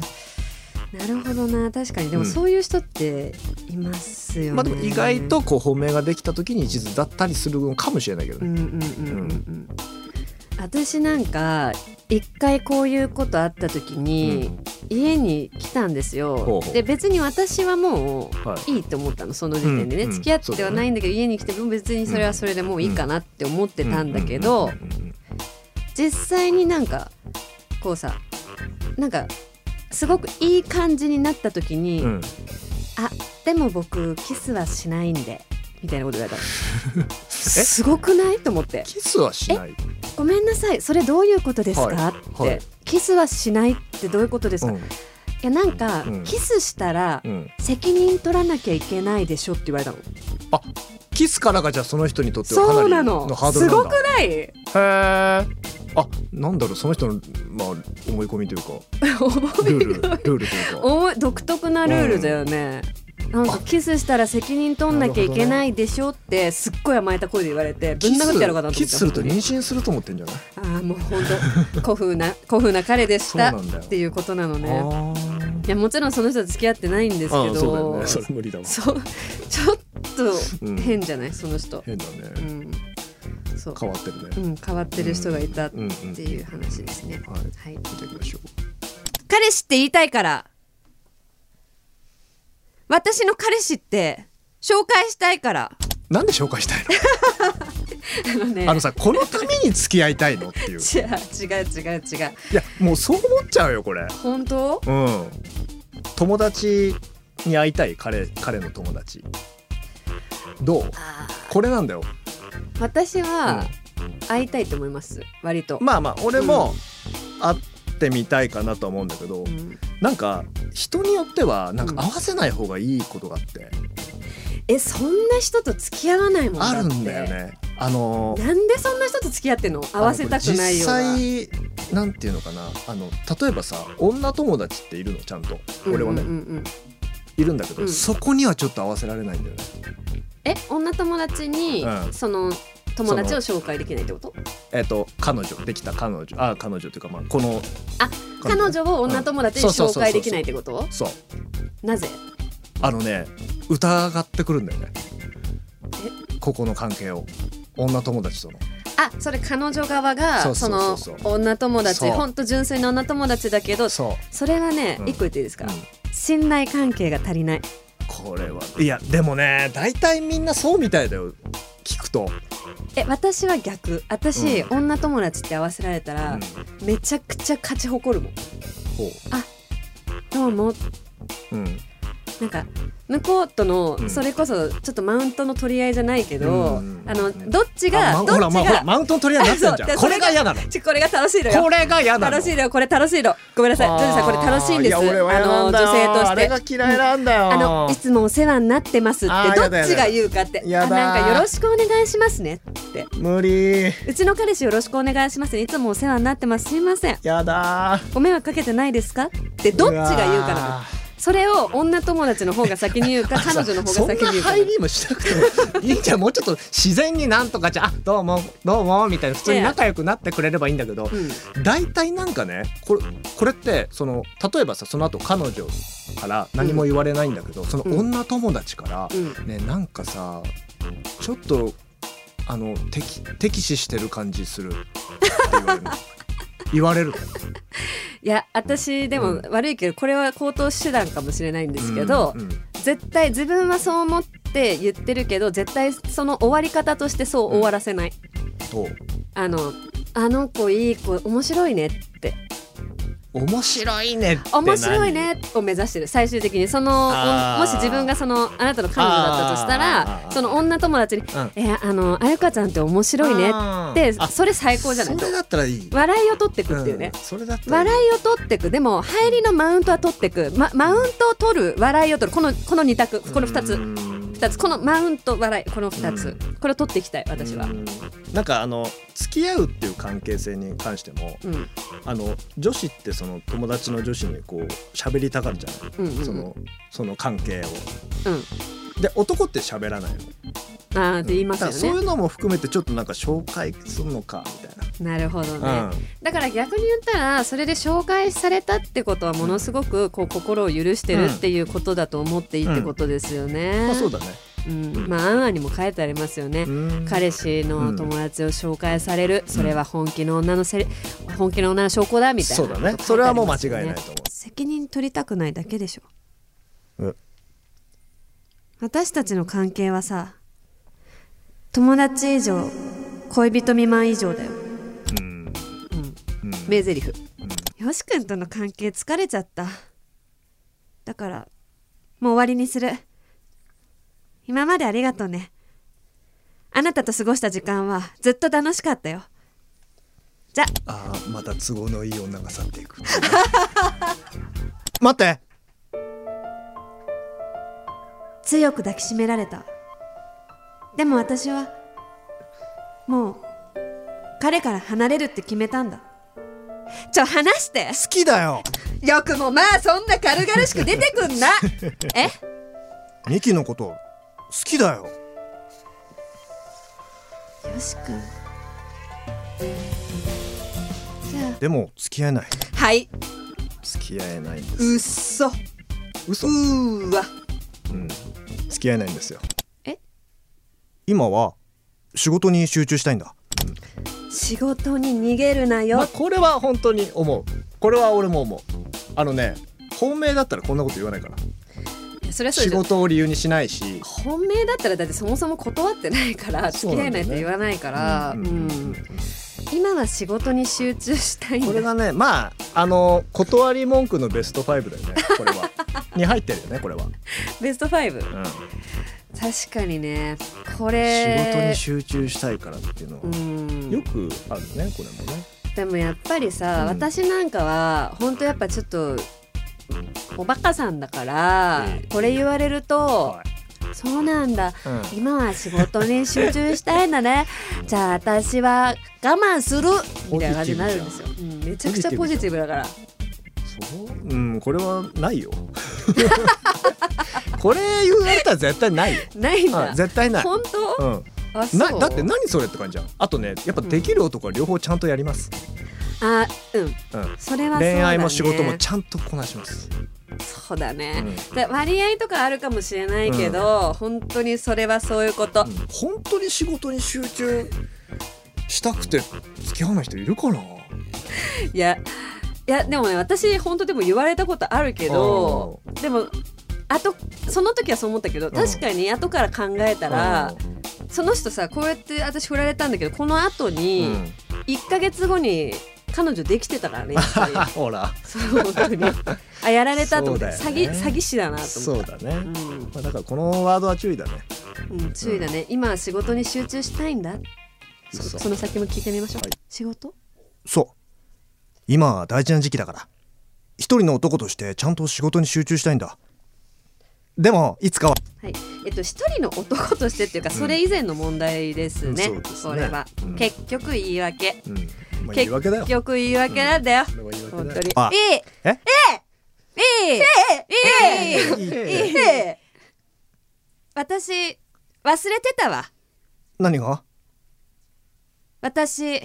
Speaker 1: なるほどな確かにでも
Speaker 2: うん
Speaker 1: そういう人っていますよね、
Speaker 2: まあでも意外とこう本命ができた時に一途だったりするのかもしれないけど
Speaker 1: う
Speaker 2: ね、
Speaker 1: んうんうんうんうん私なんか一回こういうことあった時に、家に来たんですよ
Speaker 2: ほうほう
Speaker 1: で別に私はも
Speaker 2: は
Speaker 1: ういいと思ったのその時点でね、
Speaker 2: うんうん
Speaker 1: 付き合ってはないんだけど、家に来ても別にそれはそれでもういいかなって思ってたんだけど、
Speaker 2: うんうんうんうん
Speaker 1: 実際になんかこうさなんかすごくいい感じになった時に、
Speaker 2: うん
Speaker 1: でも僕キスはしないんでみたいなこと言わ れたのすごくないと思って
Speaker 2: キスはしない。
Speaker 1: 「ごめんなさいそれどういうことですか
Speaker 2: はい
Speaker 1: って、
Speaker 2: はい
Speaker 1: キスはしないってどういうことですか、いやなんか、
Speaker 2: うん
Speaker 1: キスしたら
Speaker 2: うんうん
Speaker 1: 責任取らなきゃいけないでしょって言われたの
Speaker 2: キスからがじゃあその人にとっては
Speaker 1: そう
Speaker 2: かな
Speaker 1: な
Speaker 2: り
Speaker 1: の
Speaker 2: のハードル
Speaker 1: す
Speaker 2: な
Speaker 1: ご
Speaker 2: んだ
Speaker 1: く。ない
Speaker 2: へえ。あ、なんだろうその人のまあ思い込みというか
Speaker 1: 思
Speaker 2: ルー
Speaker 1: い
Speaker 2: ルル
Speaker 1: が
Speaker 2: ールというか。
Speaker 1: 思い独特なルールだよね、なんかキスしたら責任取んなきゃいけないでしょってすっごい甘えた声で言われてぶん殴ってやろうかなと思った
Speaker 2: キスキスすると妊娠すると思ってんじゃない？
Speaker 1: ああもう本 当古風な古風な彼でし
Speaker 2: そう
Speaker 1: た
Speaker 2: な
Speaker 1: っ
Speaker 2: んだよ。
Speaker 1: ていうことなのね
Speaker 2: あ
Speaker 1: いやもちろんその人と付き合ってないんですけ
Speaker 2: あ。
Speaker 1: ど
Speaker 2: ああ、そうだよね。それ無理だわ。
Speaker 1: そう ちょっと
Speaker 2: うん
Speaker 1: 変じゃないその人
Speaker 2: 変だ
Speaker 1: う
Speaker 2: ね。
Speaker 1: んそう、
Speaker 2: 変わってる
Speaker 1: う
Speaker 2: ね。
Speaker 1: ん、変わってる人がいたってい
Speaker 2: んん
Speaker 1: う話ですね、
Speaker 2: は
Speaker 1: は
Speaker 2: い。
Speaker 1: い
Speaker 2: 見ていきましょう。
Speaker 1: 彼氏って言いたいから私の彼氏って紹介したいから
Speaker 2: なんで紹介したい
Speaker 1: あのね
Speaker 2: の？あのさ、このために付き合いたいの っていう。
Speaker 1: 違う違う違う違う
Speaker 2: いや、もうそう思っちゃうよこれ。
Speaker 1: 本当
Speaker 2: うん。友達に会いたい彼彼の友達。どう？
Speaker 1: あー
Speaker 2: これなんだよ。
Speaker 1: 私は会いたいと思います割と、
Speaker 2: まあまあ俺も会ってみたいかなとは思うんだけ
Speaker 1: う
Speaker 2: ど、
Speaker 1: ん
Speaker 2: なんか人によってはなんか合わせない方がいいことがあって、
Speaker 1: えそんな人と付き合わないもんだっ
Speaker 2: あ
Speaker 1: て
Speaker 2: るんだよね。あの
Speaker 1: なんでそんな人と付き合ってんの合わせたくないよう
Speaker 2: あ
Speaker 1: な
Speaker 2: のこれ実際なんていうのかなあの例えばさ女友達っているのちゃんと俺はね、
Speaker 1: うんうんうんうん
Speaker 2: いるんだけど、
Speaker 1: うん
Speaker 2: そこにはちょっと合わせられないんだよね
Speaker 1: え女友達に、
Speaker 2: うん
Speaker 1: その友達を紹介できないってこと
Speaker 2: えっ、と彼女できた彼女あ彼女というかまあこの
Speaker 1: あ彼女を女友達に
Speaker 2: うんそうそ
Speaker 1: 紹
Speaker 2: うそうそう
Speaker 1: 介できないってこと
Speaker 2: そう
Speaker 1: なぜ
Speaker 2: あのね疑ってくるんだよねここの関係を女友達との
Speaker 1: あそれ彼女側
Speaker 2: そ
Speaker 1: が
Speaker 2: う
Speaker 1: そ
Speaker 2: そうそう
Speaker 1: の
Speaker 2: そう
Speaker 1: 女友達
Speaker 2: そう
Speaker 1: ほんと純粋な女友達だけどそ
Speaker 2: そう
Speaker 1: れはね、
Speaker 2: うん
Speaker 1: 一個言っていいですか、
Speaker 2: うん
Speaker 1: 信頼関係が足りない
Speaker 2: これはいやでもね大体みんなそうみたいだよ聞くと、
Speaker 1: え私は逆私、
Speaker 2: う
Speaker 1: 女友達って合わせられた
Speaker 2: う
Speaker 1: ら
Speaker 2: ん、
Speaker 1: めちゃくちゃ勝ち誇るもん
Speaker 2: ほ
Speaker 1: どうも
Speaker 2: う、うん、
Speaker 1: なんか向こうとの、
Speaker 2: うん
Speaker 1: それこそちょっとマウントの取り合いじゃないけど、
Speaker 2: うん
Speaker 1: あのどっち
Speaker 2: あ
Speaker 1: が
Speaker 2: ま
Speaker 1: ど
Speaker 2: ほら
Speaker 1: っ
Speaker 2: ま
Speaker 1: ち
Speaker 2: あほら
Speaker 1: が
Speaker 2: マウントの取り合いになってんじ
Speaker 1: あ
Speaker 2: ゃん
Speaker 1: そう
Speaker 2: こ
Speaker 1: で
Speaker 2: れが嫌なの
Speaker 1: ちこれが楽しいのよ
Speaker 2: これが嫌なの
Speaker 1: 楽しいのよこれ楽しいのごめんなさいジョージさんこれ楽しいんです
Speaker 2: あーや俺は
Speaker 1: あ
Speaker 2: 嫌な
Speaker 1: の
Speaker 2: ん
Speaker 1: 女
Speaker 2: だよ
Speaker 1: 性と
Speaker 2: あれ
Speaker 1: して
Speaker 2: が嫌いなんだよ、
Speaker 1: あのいつもお世話になってますっ
Speaker 2: あー
Speaker 1: てど
Speaker 2: やだ
Speaker 1: っ
Speaker 2: やだ
Speaker 1: ちが言うかって
Speaker 2: や
Speaker 1: あ
Speaker 2: だ
Speaker 1: なんかよろしくお願いしますねって
Speaker 2: 無理
Speaker 1: うちの彼氏よろしくお願いしますねいつもお世話になってますすいません
Speaker 2: やだ
Speaker 1: ご迷惑かけてないですかってどっちが言うかなのそれを女友達の方が先に言うか彼女の方が先に言う
Speaker 2: そんな
Speaker 1: か
Speaker 2: ハイビームしなくてもいいんじゃんもうちょっと自然になんと かじゃんあどうもどうもみたいな普通に仲良くなってくれればいいんだけど
Speaker 1: うん
Speaker 2: 大体なんかねこれこれってその例えばさその後彼女から何も言われないんだけど、その女友達から、
Speaker 1: うん
Speaker 2: ねなんかさちょっとあの敵敵視してる感じするって言われるの言われ る
Speaker 1: いや私でも
Speaker 2: うん
Speaker 1: 悪いけどこれは口頭手段かもしれないんですけど、
Speaker 2: うんうん
Speaker 1: 絶対自分はそう思って言ってるけど絶対その終わり方としてそう終わらせない、
Speaker 2: そう
Speaker 1: あのあの子いい子面白いねって
Speaker 2: 面白いねって何
Speaker 1: 面白いねを目指してる最終的にその
Speaker 2: あー
Speaker 1: おもし自分がそのあなたの彼女だったとした
Speaker 2: あ
Speaker 1: ら
Speaker 2: ー
Speaker 1: その女友達に
Speaker 2: ん
Speaker 1: 「えあのあゆかちゃんって面白いね」
Speaker 2: あー
Speaker 1: って
Speaker 2: あ
Speaker 1: それ最高じゃない
Speaker 2: それだったらいい
Speaker 1: 笑いを取ってくっていうね、
Speaker 2: んそれだったらいい
Speaker 1: 笑いを取ってくでも入りのマウントは取ってく、ま、マウントを取る笑いを取るこのこの2択この2
Speaker 2: う
Speaker 1: つ
Speaker 2: ん
Speaker 1: 2つこのマウント笑いこの2つ
Speaker 2: う
Speaker 1: これを取っていきたい私は
Speaker 2: うんなんかあの付き合うっていう関係性に関しても
Speaker 1: うんうん
Speaker 2: あの女子ってその友達の女子にこう喋りたがるじゃない、
Speaker 1: うん
Speaker 2: そ
Speaker 1: うん
Speaker 2: のその関係を
Speaker 1: うん
Speaker 2: で男って喋らないの
Speaker 1: あーって言います
Speaker 2: だからそ
Speaker 1: よ
Speaker 2: うい
Speaker 1: ね
Speaker 2: うのも含めてちょっとなんか紹介するのかみたい
Speaker 1: なるほど
Speaker 2: な、
Speaker 1: ねだから逆に言ったらそれで紹介されたってことはものすごくこう心を許してるっていうことだと思っていいってことですよ
Speaker 2: うん
Speaker 1: ね
Speaker 2: まあそうだね、
Speaker 1: うんまああんあんにも書いてありますよね
Speaker 2: うん
Speaker 1: 彼氏の友達を紹介される、それは本気の女のせり本気の女の証拠だみたいな
Speaker 2: そうだねそれはもう間違いないと思う
Speaker 1: せ責任取りたくないだけでしょ
Speaker 5: え
Speaker 1: 私たちの関係はさ友達以上恋人未満以上だよ
Speaker 5: うん
Speaker 1: うん、名台詞よし君との関係疲れちゃっただからもう終わりにする今までありがとうねあなたと過ごした時間はずっと楽しかったよじゃ
Speaker 2: ああまた都合のいい女が去っていく
Speaker 5: 待って
Speaker 1: 強く抱きしめられたでも私はもう彼から離れるって決めたんだちょ話して
Speaker 5: 好きだよ
Speaker 1: よくもまあそんな軽々しく出てく んなえ
Speaker 5: ミキのこと好きだよ
Speaker 1: よし君じゃ
Speaker 5: でも付き合えない
Speaker 1: あはい
Speaker 5: 付き合えないんです
Speaker 1: うっそう
Speaker 2: 嘘
Speaker 1: ーわ
Speaker 2: 付き合えないんですよ
Speaker 5: 今は仕事に集中したいんだ
Speaker 1: 仕事に逃げるなよ、
Speaker 2: まあ、これは本当に思うこれは俺も思うあのね本命だったらこんなこと言わないから
Speaker 1: いやそれはそう
Speaker 2: 仕
Speaker 1: です
Speaker 2: 事を理由にしないし
Speaker 1: 本命だったらだってそもそも断ってないから
Speaker 2: そ
Speaker 1: 付
Speaker 2: う
Speaker 1: き合
Speaker 2: な
Speaker 1: えない
Speaker 2: んだよね
Speaker 1: って言わないから
Speaker 2: うんうんうん
Speaker 1: うん今は仕事に集中したいんだ
Speaker 2: これがねまああの断り文句のベスト5だよねこれ はに入ってるよねこれは、
Speaker 1: ベスト5
Speaker 2: うん
Speaker 1: 確かにねこ
Speaker 2: 仕事
Speaker 1: れ
Speaker 2: に集中したいからっていうのは、
Speaker 1: うん
Speaker 2: よくあるねこれもね
Speaker 1: でもやっぱりさ、
Speaker 2: うん
Speaker 1: 私なんかは本当やっぱちょっとおバカさんだから、
Speaker 2: ええ
Speaker 1: これ言われると
Speaker 2: は、
Speaker 1: そうなんだ
Speaker 2: うん
Speaker 1: 今は仕事に集中したいんだねじゃあ私は我慢するみたいな感じになるんですよ、うんめちゃくちゃポジティブだから
Speaker 2: そううんこれはないよ これ言われたら絶対ないよ
Speaker 1: ないん
Speaker 2: あ
Speaker 1: だ
Speaker 2: 絶対な い、
Speaker 1: 本
Speaker 2: う
Speaker 1: 当、
Speaker 2: ん、
Speaker 1: あそう
Speaker 2: なだって何それって感じじゃんあとねやっぱできる男は両方ちゃんとやります、
Speaker 1: あうん
Speaker 2: うん
Speaker 1: それはそうだ、ね、
Speaker 2: 恋愛も仕事もちゃんとこなします、
Speaker 1: そうだ
Speaker 2: う
Speaker 1: ね、
Speaker 2: ん
Speaker 1: だ割合とかあるかもしれないけど、本当にそれはそういうこと、
Speaker 2: 本当に仕事に集中したくて付き合わない人いるかない
Speaker 1: やいやでもね私本当でも言われたことあるけどでもあとその時はそう思ったけど確かに後から考えたらその人さこうやって私振られたんだけどこの後
Speaker 2: う
Speaker 1: に
Speaker 2: ん
Speaker 1: 1か月後に彼女できてたからねやっぱり
Speaker 2: ほら
Speaker 1: そう本当にあやられたと思って、
Speaker 2: そう
Speaker 1: 詐欺
Speaker 2: だよね
Speaker 1: 詐欺師だなと
Speaker 2: そ
Speaker 1: 思
Speaker 2: う
Speaker 1: った。
Speaker 2: だね、
Speaker 1: うん
Speaker 2: まあ、だからこのワードは注意だね
Speaker 1: うん、注意だね、今は仕事に集中したいんだそ
Speaker 2: 嘘
Speaker 1: その先も聞いてみましょう、
Speaker 2: はい
Speaker 1: 仕事
Speaker 5: そう今は大事な時期だから一人の男としてちゃんと仕事に集中したいんだでもいつかは
Speaker 1: はい、えっと一人の男としてっていうかそれ以前の問題ですね。
Speaker 2: うんそうですね
Speaker 1: これは、
Speaker 2: うん
Speaker 1: 結局言い訳。
Speaker 2: うんまあ言い訳だよ
Speaker 1: 結局言い訳なんだよ。
Speaker 2: これは言い
Speaker 1: 本
Speaker 2: 訳だ
Speaker 1: 当
Speaker 2: よ
Speaker 1: に。
Speaker 5: あ
Speaker 1: いい
Speaker 5: え
Speaker 1: いいいいいい
Speaker 2: い
Speaker 1: いい
Speaker 2: い
Speaker 1: 私忘れてたわ。
Speaker 5: 何が
Speaker 1: 私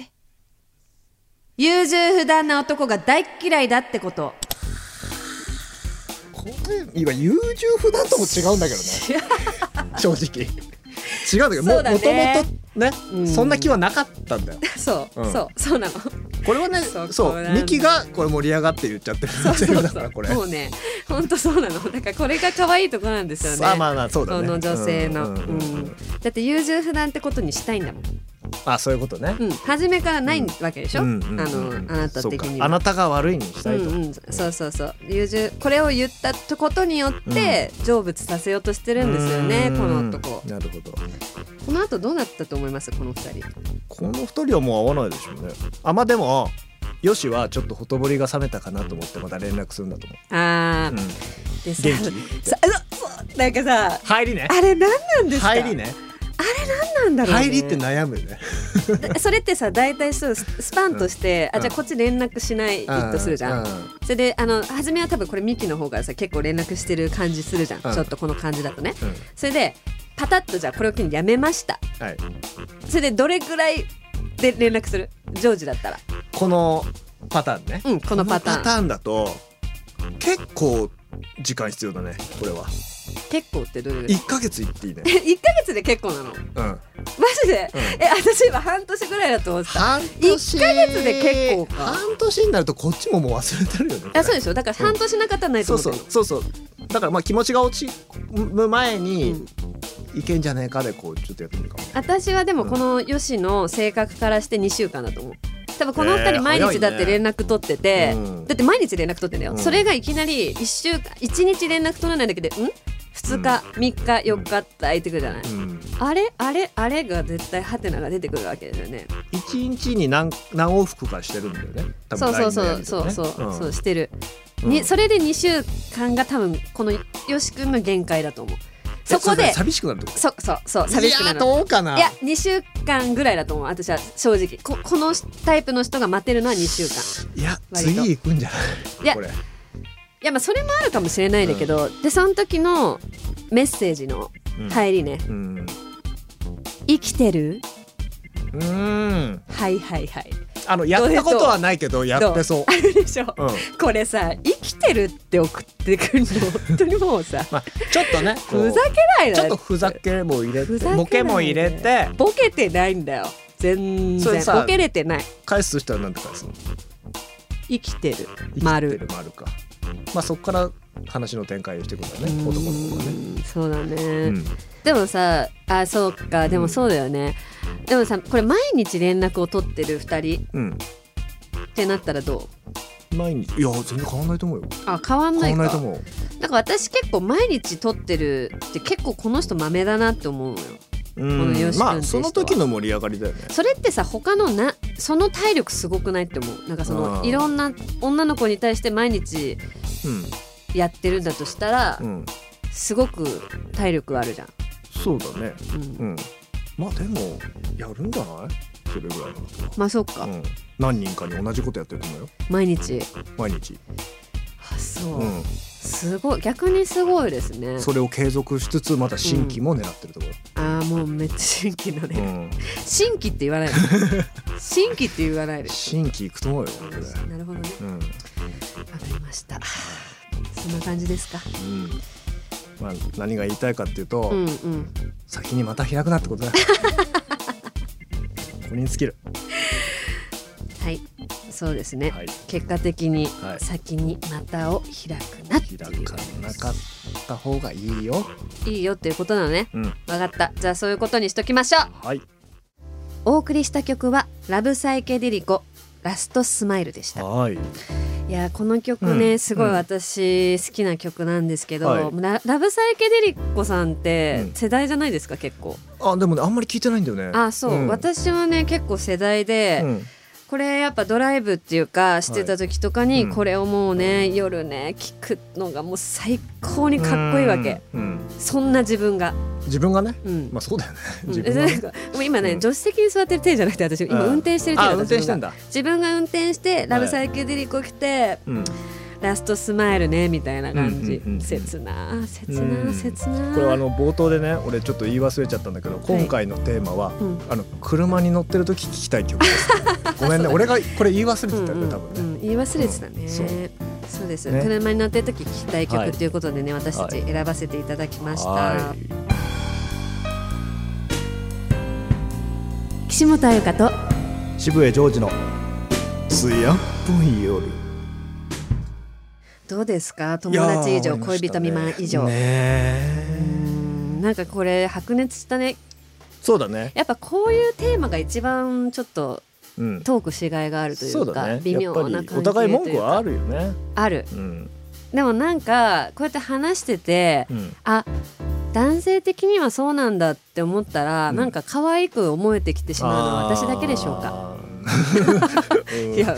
Speaker 1: 優柔不断な男が大っ嫌いだってこと。
Speaker 2: これ今優柔不断とも違うんだけどね 正直違うんだけども
Speaker 1: そうだ
Speaker 2: もと
Speaker 1: ね
Speaker 2: もとね
Speaker 1: うん
Speaker 2: そんな気はなかったんだよ
Speaker 1: そう、
Speaker 2: うん
Speaker 1: そうそうなの。
Speaker 2: これはね
Speaker 1: そ
Speaker 2: そうう
Speaker 1: これなんだ
Speaker 2: ミキがこれ盛り上がって言っちゃってるセリフだからこれ
Speaker 1: もうね本当そうなの。だからこれが可愛いとこなんですよね。
Speaker 2: あまあまあそうだ
Speaker 1: そ
Speaker 2: ね
Speaker 1: の女性の、
Speaker 2: う
Speaker 1: うんん
Speaker 2: うんうんうん
Speaker 1: だって優柔不断ってことにしたいんだもん、
Speaker 2: あそういうことね
Speaker 1: うん、初めからないわけでしょ、
Speaker 2: うんうんうん
Speaker 1: あのあなた的
Speaker 2: そう
Speaker 1: に
Speaker 2: かあ
Speaker 1: は
Speaker 2: なたが悪いにしたいと、
Speaker 1: うんうん、そうそうそう優柔これを言ったことによって成仏させようとしてるんですよね、
Speaker 2: うん
Speaker 1: この男
Speaker 2: なるほど
Speaker 1: この後どうなったと思いますこの二人
Speaker 2: この二人はもう会わないでしょうねあまあでもよしはちょっとほとぼりが冷めたかなと思ってまた連絡するんだと思
Speaker 1: あ
Speaker 2: う、う
Speaker 1: ー、
Speaker 2: ん、
Speaker 1: でさ
Speaker 2: 元
Speaker 1: さそうそうなんかさ
Speaker 2: 入りね
Speaker 1: あれ何なんですか
Speaker 2: 入りね
Speaker 1: 何なんだろう、ね、
Speaker 2: 入りって悩むよね
Speaker 1: だそれってさ大体そうススパンとして、
Speaker 2: うん
Speaker 1: あじゃあこっち連絡しないとするじゃん、
Speaker 2: う
Speaker 1: それであの初めは多分これミキの方がさ結構連絡してる感じするじゃん、
Speaker 2: うん
Speaker 1: ちょっとこの感じだとね
Speaker 2: うん
Speaker 1: それでパタッとじゃあこれを機にやめました
Speaker 2: はい、
Speaker 1: それでどれくらいで連絡するジョージだったら
Speaker 2: このパターンね、
Speaker 1: うんこのパターン
Speaker 2: だと結構時間必要だねこれは
Speaker 1: 結構ってどれぐらい
Speaker 2: 1ヶ月行っていいね
Speaker 1: 1ヶ月で結構なのマ
Speaker 2: うん
Speaker 1: ジで、え私今半年ぐらいだと思ってた
Speaker 2: 半年
Speaker 1: 1ヶ月で結構か
Speaker 2: 半年になるとこっちももう忘れてるよねこれ
Speaker 1: あそうでしょだから半年なかったらないと
Speaker 2: そう
Speaker 1: 思って
Speaker 2: そ
Speaker 1: る
Speaker 2: う
Speaker 1: の
Speaker 2: そうそうだからまあ気持ちが落ちむ前にいけんじゃねえかでこうちょっとやってみるかも
Speaker 1: 私はでもこのヨシの性格からして2週間だと思う多分この2
Speaker 2: え
Speaker 1: 人
Speaker 2: ー
Speaker 1: 毎日だって連絡取ってて、
Speaker 2: うん
Speaker 1: だって毎日連絡取ってんだよ、
Speaker 2: うん
Speaker 1: それがいきなり1週間1日連絡取らないだけでん ?2 日、3日4日って空いてくるじゃない、
Speaker 2: うん
Speaker 1: あれあれあれが絶対ハテナが出てくるわけですよね
Speaker 2: 一日に何何往復かしてるんだよね多
Speaker 1: そ
Speaker 2: 分
Speaker 1: うそう
Speaker 2: LINE の
Speaker 1: そ
Speaker 2: や
Speaker 1: う
Speaker 2: り
Speaker 1: そう
Speaker 2: とりね
Speaker 1: そう、
Speaker 2: ん
Speaker 1: そうしてる、
Speaker 2: うん
Speaker 1: にそれで2週間が多分このよし君の限界だと思う
Speaker 2: え
Speaker 1: そこ
Speaker 2: れ
Speaker 1: で
Speaker 2: 寂しくなるってこと
Speaker 1: そそうそう寂しくなる
Speaker 2: いやどうかない
Speaker 1: や2週間ぐらいだと思う私は正直ここのタイプの人が待てるのは2週間
Speaker 2: いや
Speaker 1: 割と
Speaker 2: 次行くんじゃない
Speaker 1: や
Speaker 2: これ
Speaker 1: いやまあそれもあるかもしれないんだけど、でその時のメッセージの入りね
Speaker 2: うーん
Speaker 1: 「生きてるはいはいはい
Speaker 2: あのやったことはないけどや
Speaker 1: どう
Speaker 2: ってそう」
Speaker 1: あるでしょ、
Speaker 2: うん
Speaker 1: これさ「生きてる」って送ってくるの本当にもうさ
Speaker 2: まあちょっとねこう
Speaker 1: ふざけないだ
Speaker 2: ちょっとふざけも入れ
Speaker 1: ふざけ
Speaker 2: て
Speaker 1: ない
Speaker 2: ボケも入れて
Speaker 1: ボケてないんだよ全
Speaker 2: それ
Speaker 1: 然
Speaker 2: さ
Speaker 1: ボケれてない
Speaker 2: 返すとしたらなんて返すの
Speaker 1: 生きてる
Speaker 2: 生きて
Speaker 1: 丸
Speaker 2: る丸かまあそこから話の展開をしていくんだよね男の子がね
Speaker 1: うんそうだね、
Speaker 2: うん
Speaker 1: でもさあそうかでもそうだよね、でもさこれ毎日連絡を取ってる2人
Speaker 2: うん
Speaker 1: ってなったらどう
Speaker 2: 毎日いや全然変わんないと思うよ
Speaker 1: あ変わんない
Speaker 2: 変わん
Speaker 1: かな
Speaker 2: ないと
Speaker 1: ん
Speaker 2: 思う
Speaker 1: か私結構毎日取ってるって結構この人マメだなって思うのよの吉君っていう
Speaker 2: うん
Speaker 1: 人は
Speaker 2: まあその時の盛り上がりだよね
Speaker 1: それってさ他のなその体力すごくないって思うなんかその
Speaker 2: あー
Speaker 1: いろんな女の子に対して毎日やってるんだとしたら、
Speaker 2: うんうん
Speaker 1: すごく体力あるじゃん、
Speaker 2: そうだね
Speaker 1: うん
Speaker 2: うんまあでもやるんじゃないそれぐらいのことは
Speaker 1: まあそうか、
Speaker 2: うん何人かに同じことやってると思うよ
Speaker 1: 毎日
Speaker 2: 毎日
Speaker 1: あそう、
Speaker 2: うん
Speaker 1: すごい逆にすごいですね
Speaker 2: それを継続しつつまた新規も狙ってるところ
Speaker 1: ああもうめっちゃ新規のね、
Speaker 2: うん
Speaker 1: 新規って言わ ないの新規って言わないで
Speaker 2: 新規行くと思うよこれ
Speaker 1: なるほどね
Speaker 2: うん
Speaker 1: わかりましたそんな感じですか
Speaker 2: うんまあ何が言いたいかっていうと、
Speaker 1: うんうん
Speaker 2: 先にまた開くなってことだこ こに尽きる
Speaker 1: はいそうですね、
Speaker 2: はい
Speaker 1: 結果的に
Speaker 2: はい
Speaker 1: 先に股を開くなってい
Speaker 2: 開
Speaker 1: う、
Speaker 2: かなかった方がいいよ
Speaker 1: い、いよっていうことなのね
Speaker 2: うん
Speaker 1: わかったじゃあそういうことにしときましょう
Speaker 2: はい
Speaker 1: お送りした曲は「ラブサイケデリコラストスマイル」でした
Speaker 2: はい
Speaker 1: いやーこの曲ね、
Speaker 2: うん
Speaker 1: すごい私好きな曲なんですけど、
Speaker 2: は
Speaker 1: ララブサイケデリコさんって
Speaker 2: うん
Speaker 1: 世代じゃないですか結構
Speaker 2: あでもねあんまり聞いてないんだよね
Speaker 1: あそう、
Speaker 2: ん
Speaker 1: 私はね結構世代で、
Speaker 2: うん
Speaker 1: これやっぱドライブっていうかしてた時とか
Speaker 2: は
Speaker 1: に
Speaker 2: いうん
Speaker 1: これをもうね、夜ね聞くのがもう最高にかっこいいわけ、
Speaker 2: うんうん
Speaker 1: そんな自分が。
Speaker 2: 自分がね
Speaker 1: うん
Speaker 2: まあそうだよね
Speaker 1: うん
Speaker 2: 自
Speaker 1: え
Speaker 2: 分が、
Speaker 1: なん
Speaker 2: ね、
Speaker 1: かもう今ね、
Speaker 2: うん
Speaker 1: 助手席に座ってる手じゃなくて私今
Speaker 2: うん
Speaker 1: 運転してる手だっ
Speaker 2: あ
Speaker 1: た
Speaker 2: 運転してん
Speaker 1: 自分が
Speaker 2: だ
Speaker 1: 自分が運転してラブサイケデリコ来て、
Speaker 2: うん
Speaker 1: ラストスマイルねみたいな感じ、
Speaker 2: うんうんうんうん
Speaker 1: 切な切
Speaker 2: う
Speaker 1: なん切な
Speaker 2: これはあの冒頭でね俺ちょっと言い忘れちゃったんだけど今回のテーマは、
Speaker 1: うん
Speaker 2: あの車に乗ってる時聞きたい曲です ごめんね俺がこれ言い忘れてたよね多分ね、
Speaker 1: うんうんうん言い忘れてたね、
Speaker 2: うん
Speaker 1: そ
Speaker 2: そうう
Speaker 1: です、
Speaker 2: ね
Speaker 1: 車に乗ってる時聞きたい
Speaker 2: は
Speaker 1: 曲
Speaker 2: い
Speaker 1: ということでね、私たち選ばせていただきました、
Speaker 2: は
Speaker 1: 岸本彩香と
Speaker 2: 渋谷ジョージの艶っぽい夜
Speaker 1: どうですか友達以
Speaker 2: いや
Speaker 1: 上、
Speaker 2: ー思いま
Speaker 1: 恋
Speaker 2: し
Speaker 1: 人
Speaker 2: たね
Speaker 1: 未満以上、う
Speaker 2: ね
Speaker 1: んなんかこれ白熱したね
Speaker 2: そうだね
Speaker 1: やっぱこういうテーマが一番ちょっと
Speaker 2: うん
Speaker 1: トークしがいがあるとい
Speaker 2: そうう
Speaker 1: か
Speaker 2: だね
Speaker 1: 微妙
Speaker 2: やっぱ
Speaker 1: な感
Speaker 2: り
Speaker 1: じ
Speaker 2: お互い文句はあるよね
Speaker 1: ある
Speaker 2: うん
Speaker 1: でもなんかこうやって話してて
Speaker 2: うん
Speaker 1: あ男性的にはそうなんだって思ったら、
Speaker 2: うん
Speaker 1: なんか可愛く思えてきてしまうのは私だけでしょうか
Speaker 2: か
Speaker 1: いや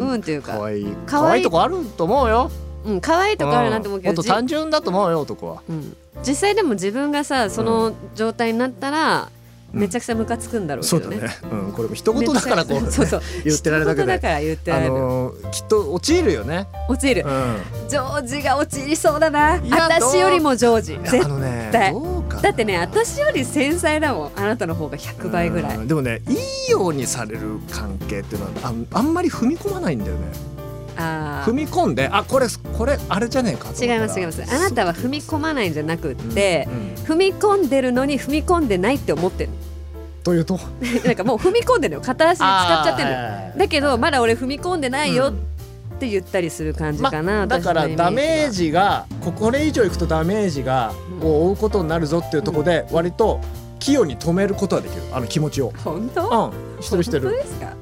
Speaker 1: うんうんっていう
Speaker 2: 可
Speaker 1: か
Speaker 2: 愛い
Speaker 1: 可
Speaker 2: 可
Speaker 1: 愛
Speaker 2: 愛
Speaker 1: い
Speaker 2: いとこあると思うよ
Speaker 1: うん可愛いとかあるなって思うけ
Speaker 2: も
Speaker 1: ど
Speaker 2: っと単純だと思うよ男は
Speaker 1: じうん実際でも自分がさその状態になったら、
Speaker 2: うん
Speaker 1: めちゃくちゃムカつくんだろうけ
Speaker 2: そう
Speaker 1: ど
Speaker 2: だ
Speaker 1: ね。
Speaker 2: ねうんこれも一言だからこ
Speaker 1: め
Speaker 2: う
Speaker 1: っちゃそうそう
Speaker 2: 言ってられたけ
Speaker 1: 人事
Speaker 2: ど
Speaker 1: だから言ってら
Speaker 2: あ
Speaker 1: れる、
Speaker 2: のーきっと陥るよね
Speaker 1: 陥る
Speaker 2: う
Speaker 1: ジョージが陥りそうだない
Speaker 2: や
Speaker 1: 私よりもジョージ
Speaker 2: ん
Speaker 1: 絶
Speaker 2: あのね
Speaker 1: 対
Speaker 2: どうかな
Speaker 1: だってね私より繊細だもんあなたの方が100倍ぐらい
Speaker 2: うんでもねいいようにされる関係っていうのはあんあんまり踏み込まないんだよね
Speaker 1: あ
Speaker 2: 踏
Speaker 1: ー
Speaker 2: み込んであこれこれあれじゃねえかと思ったら
Speaker 1: 違います違いますあなたは踏み込まないんじゃなくって
Speaker 2: う、ん
Speaker 1: 踏み込んでるのに踏み込んでないって思ってる
Speaker 2: というと
Speaker 1: なんかもう踏み込んでるのよ片足で使っちゃってるのよ
Speaker 2: る
Speaker 1: だけどまだ俺踏み込んでないよって言ったりする感じかな、
Speaker 2: だから
Speaker 1: 私のイメ
Speaker 2: ダメー
Speaker 1: ジ
Speaker 2: ジがここれ以上いくとダメージが
Speaker 1: うん
Speaker 2: を負うことになるぞっていうところで割と器用に止めることはできるあの気持ちを
Speaker 1: は本当
Speaker 2: うんしてるして
Speaker 1: 本
Speaker 2: る
Speaker 1: 当ですか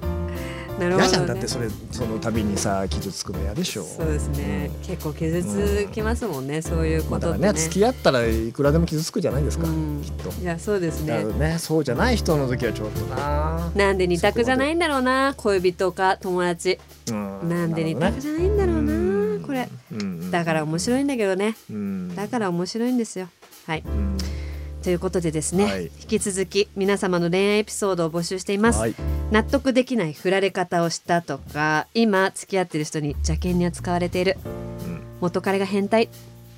Speaker 1: なるほど、ね、
Speaker 2: 嫌じゃんだってそれその度にさ傷つくの嫌でしょ
Speaker 1: そうですね、結構傷つきますもんね、そういう
Speaker 2: ま
Speaker 1: こ
Speaker 2: あだ
Speaker 1: と
Speaker 2: か
Speaker 1: っ
Speaker 2: ら
Speaker 1: てね,、
Speaker 2: ね付き合ったらいくらでも傷つくじゃないですか
Speaker 1: うん
Speaker 2: きっと
Speaker 1: いやそうです
Speaker 2: だ
Speaker 1: ね
Speaker 2: からねそうじゃない人の時はちょっとな
Speaker 1: なんで二択じゃないんだろうな恋人か友達
Speaker 2: うん
Speaker 1: なんで二択じゃないんだろうなこれ
Speaker 2: うん
Speaker 1: だから面白いんだけどね
Speaker 2: うん
Speaker 1: だから面白いんですよはい
Speaker 2: うん
Speaker 1: ということでですね、
Speaker 2: はい
Speaker 1: 引き続き皆様の恋愛エピソードを募集しています、
Speaker 2: はい
Speaker 1: 納得できない振られ方をしたとか今付き合ってる人に邪険に扱われている、
Speaker 2: ん
Speaker 1: 元彼が変態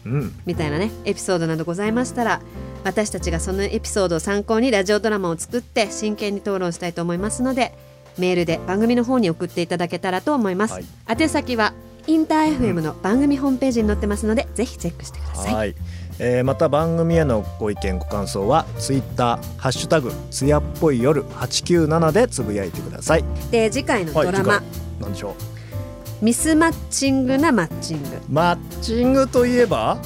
Speaker 2: うん
Speaker 1: みたいなねエピソードなどございましたら私たちがそのエピソードを参考にラジオドラマを作って真剣に討論したいと思いますのでメールで番組の方に送っていただけたらと思います、
Speaker 2: はい
Speaker 1: 宛先はインター FM の番組ホームページに載ってますので、ぜひチェックしてください
Speaker 2: はい、えーまた番組へのご意見ご感想はツイッターハッシュタグつやっぽい夜897でつぶやいてください
Speaker 1: で次回の
Speaker 2: はい
Speaker 1: ドラマ、
Speaker 2: 次回なんでしょ
Speaker 1: ミスマッチングなマッチング
Speaker 2: うマッチングといえば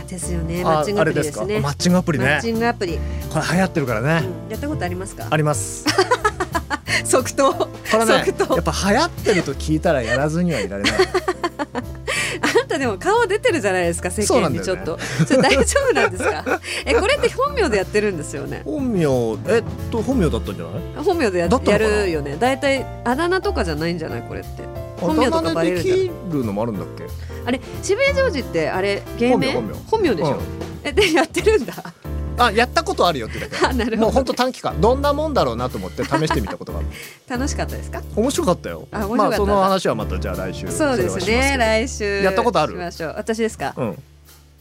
Speaker 1: あですよね
Speaker 2: あ
Speaker 1: マッチングア
Speaker 2: あ
Speaker 1: プリ
Speaker 2: れで
Speaker 1: ですす
Speaker 2: か
Speaker 1: ね
Speaker 2: マッチングアプリ
Speaker 1: マッ
Speaker 2: ね
Speaker 1: チングアプリ
Speaker 2: これ流行ってるからね、
Speaker 1: やったことありますか
Speaker 2: あり ます
Speaker 1: 即答
Speaker 2: これね
Speaker 1: 即答
Speaker 2: やっぱ流行ってると聞いたらやらずにはい られない
Speaker 1: あなたでも顔出てるじゃないですか世
Speaker 2: そうな
Speaker 1: 間
Speaker 2: んだ
Speaker 1: に
Speaker 2: よ
Speaker 1: ち
Speaker 2: ね
Speaker 1: ょっと、それ大丈夫なんです かえこれって本名でやってるんですよね
Speaker 2: 本名えっと本名だったんじゃない
Speaker 1: 本名でや
Speaker 2: だったの
Speaker 1: や
Speaker 2: かな
Speaker 1: るよね大体あだ名とかじゃないんじゃないこれって本名とかバレるんじゃない
Speaker 2: できるのもあるんだっけ
Speaker 1: あれ渋谷ジョージってあれ芸名
Speaker 2: 本名
Speaker 1: でしょ、えでやってるんだ
Speaker 2: あやったことあるよってだけ
Speaker 1: あなる
Speaker 2: もう
Speaker 1: ほ
Speaker 2: 本
Speaker 1: ど
Speaker 2: 当短期間どんなもんだろうなと思って試してみたことがある
Speaker 1: 楽しかったですか
Speaker 2: 面白かったよ
Speaker 1: あ面白
Speaker 2: ま
Speaker 1: かっ
Speaker 2: あ
Speaker 1: た
Speaker 2: その話はまたじゃあ来週
Speaker 1: そうで
Speaker 2: れは
Speaker 1: す
Speaker 2: しま
Speaker 1: ね
Speaker 2: けど
Speaker 1: 来週
Speaker 2: やったことある
Speaker 1: しましょう私ですか、
Speaker 2: うん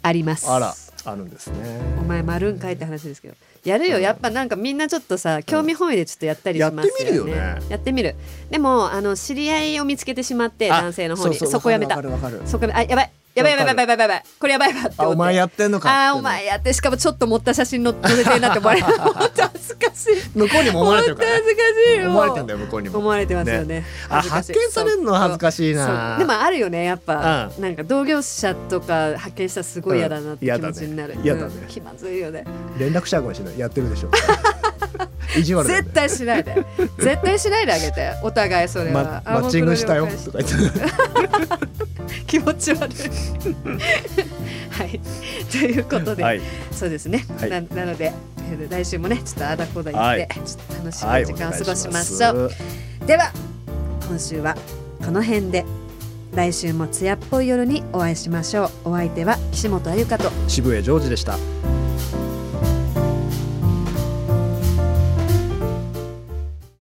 Speaker 1: あります
Speaker 2: あらあるんです
Speaker 1: お
Speaker 2: ね
Speaker 1: 前丸んかいって話ですけどやるよやっぱなんかみんなちょっとさ興味本位でちょっとやったりしますよね
Speaker 2: やってみるよね
Speaker 1: やってみるでもあの知り合いを見つけてしまって
Speaker 2: あ
Speaker 1: 男性の方にそうこやめ
Speaker 2: わ
Speaker 1: た
Speaker 2: かるわかるわかる
Speaker 1: そこやめあやばいやばいやばいやばいやばいやばいこれやばいわって思って
Speaker 2: あお前やってんのかって
Speaker 1: あーお前やってしかもちょっと持った写真の載せてるなって思わ れる 本当恥ずかしい
Speaker 2: 向こうにも思われてるから、
Speaker 1: 本当
Speaker 2: ね、
Speaker 1: 恥ずかしい
Speaker 2: 思われてんだ
Speaker 1: よ
Speaker 2: よ向こうにも
Speaker 1: 思われてますよね
Speaker 2: あ
Speaker 1: 恥ずかし
Speaker 2: 発
Speaker 1: い
Speaker 2: 見されるのは恥ずかしい
Speaker 1: そ
Speaker 2: な
Speaker 1: うでもあるよねやっぱ、
Speaker 2: う
Speaker 1: なんか同業者とか発見したらすごい嫌だなって気持ちになる、
Speaker 2: うん嫌だね
Speaker 1: うん
Speaker 2: 嫌だね
Speaker 1: 気まずいよね
Speaker 2: 連絡しちゃうかもしれないやってる でしょ意地悪だよね
Speaker 1: 絶対しないで絶対しないであげ てお互いそれは
Speaker 2: マ、マッチングしたよ
Speaker 1: あもうこ
Speaker 2: と
Speaker 1: れ
Speaker 2: か言って
Speaker 1: で気持ち悪い はいということで、
Speaker 2: はい
Speaker 1: そうですね、
Speaker 2: はい
Speaker 1: ななのでえー来週もねちょっとあだこだ言って、
Speaker 2: はい
Speaker 1: ちょっと楽し
Speaker 2: はい
Speaker 1: い時間を過ごしましょう、
Speaker 2: お願いし
Speaker 1: では今週はこの辺で来週も艶っぽい夜にお会いしましょうお相手は岸本あゆかと
Speaker 2: ます渋谷ジョージでした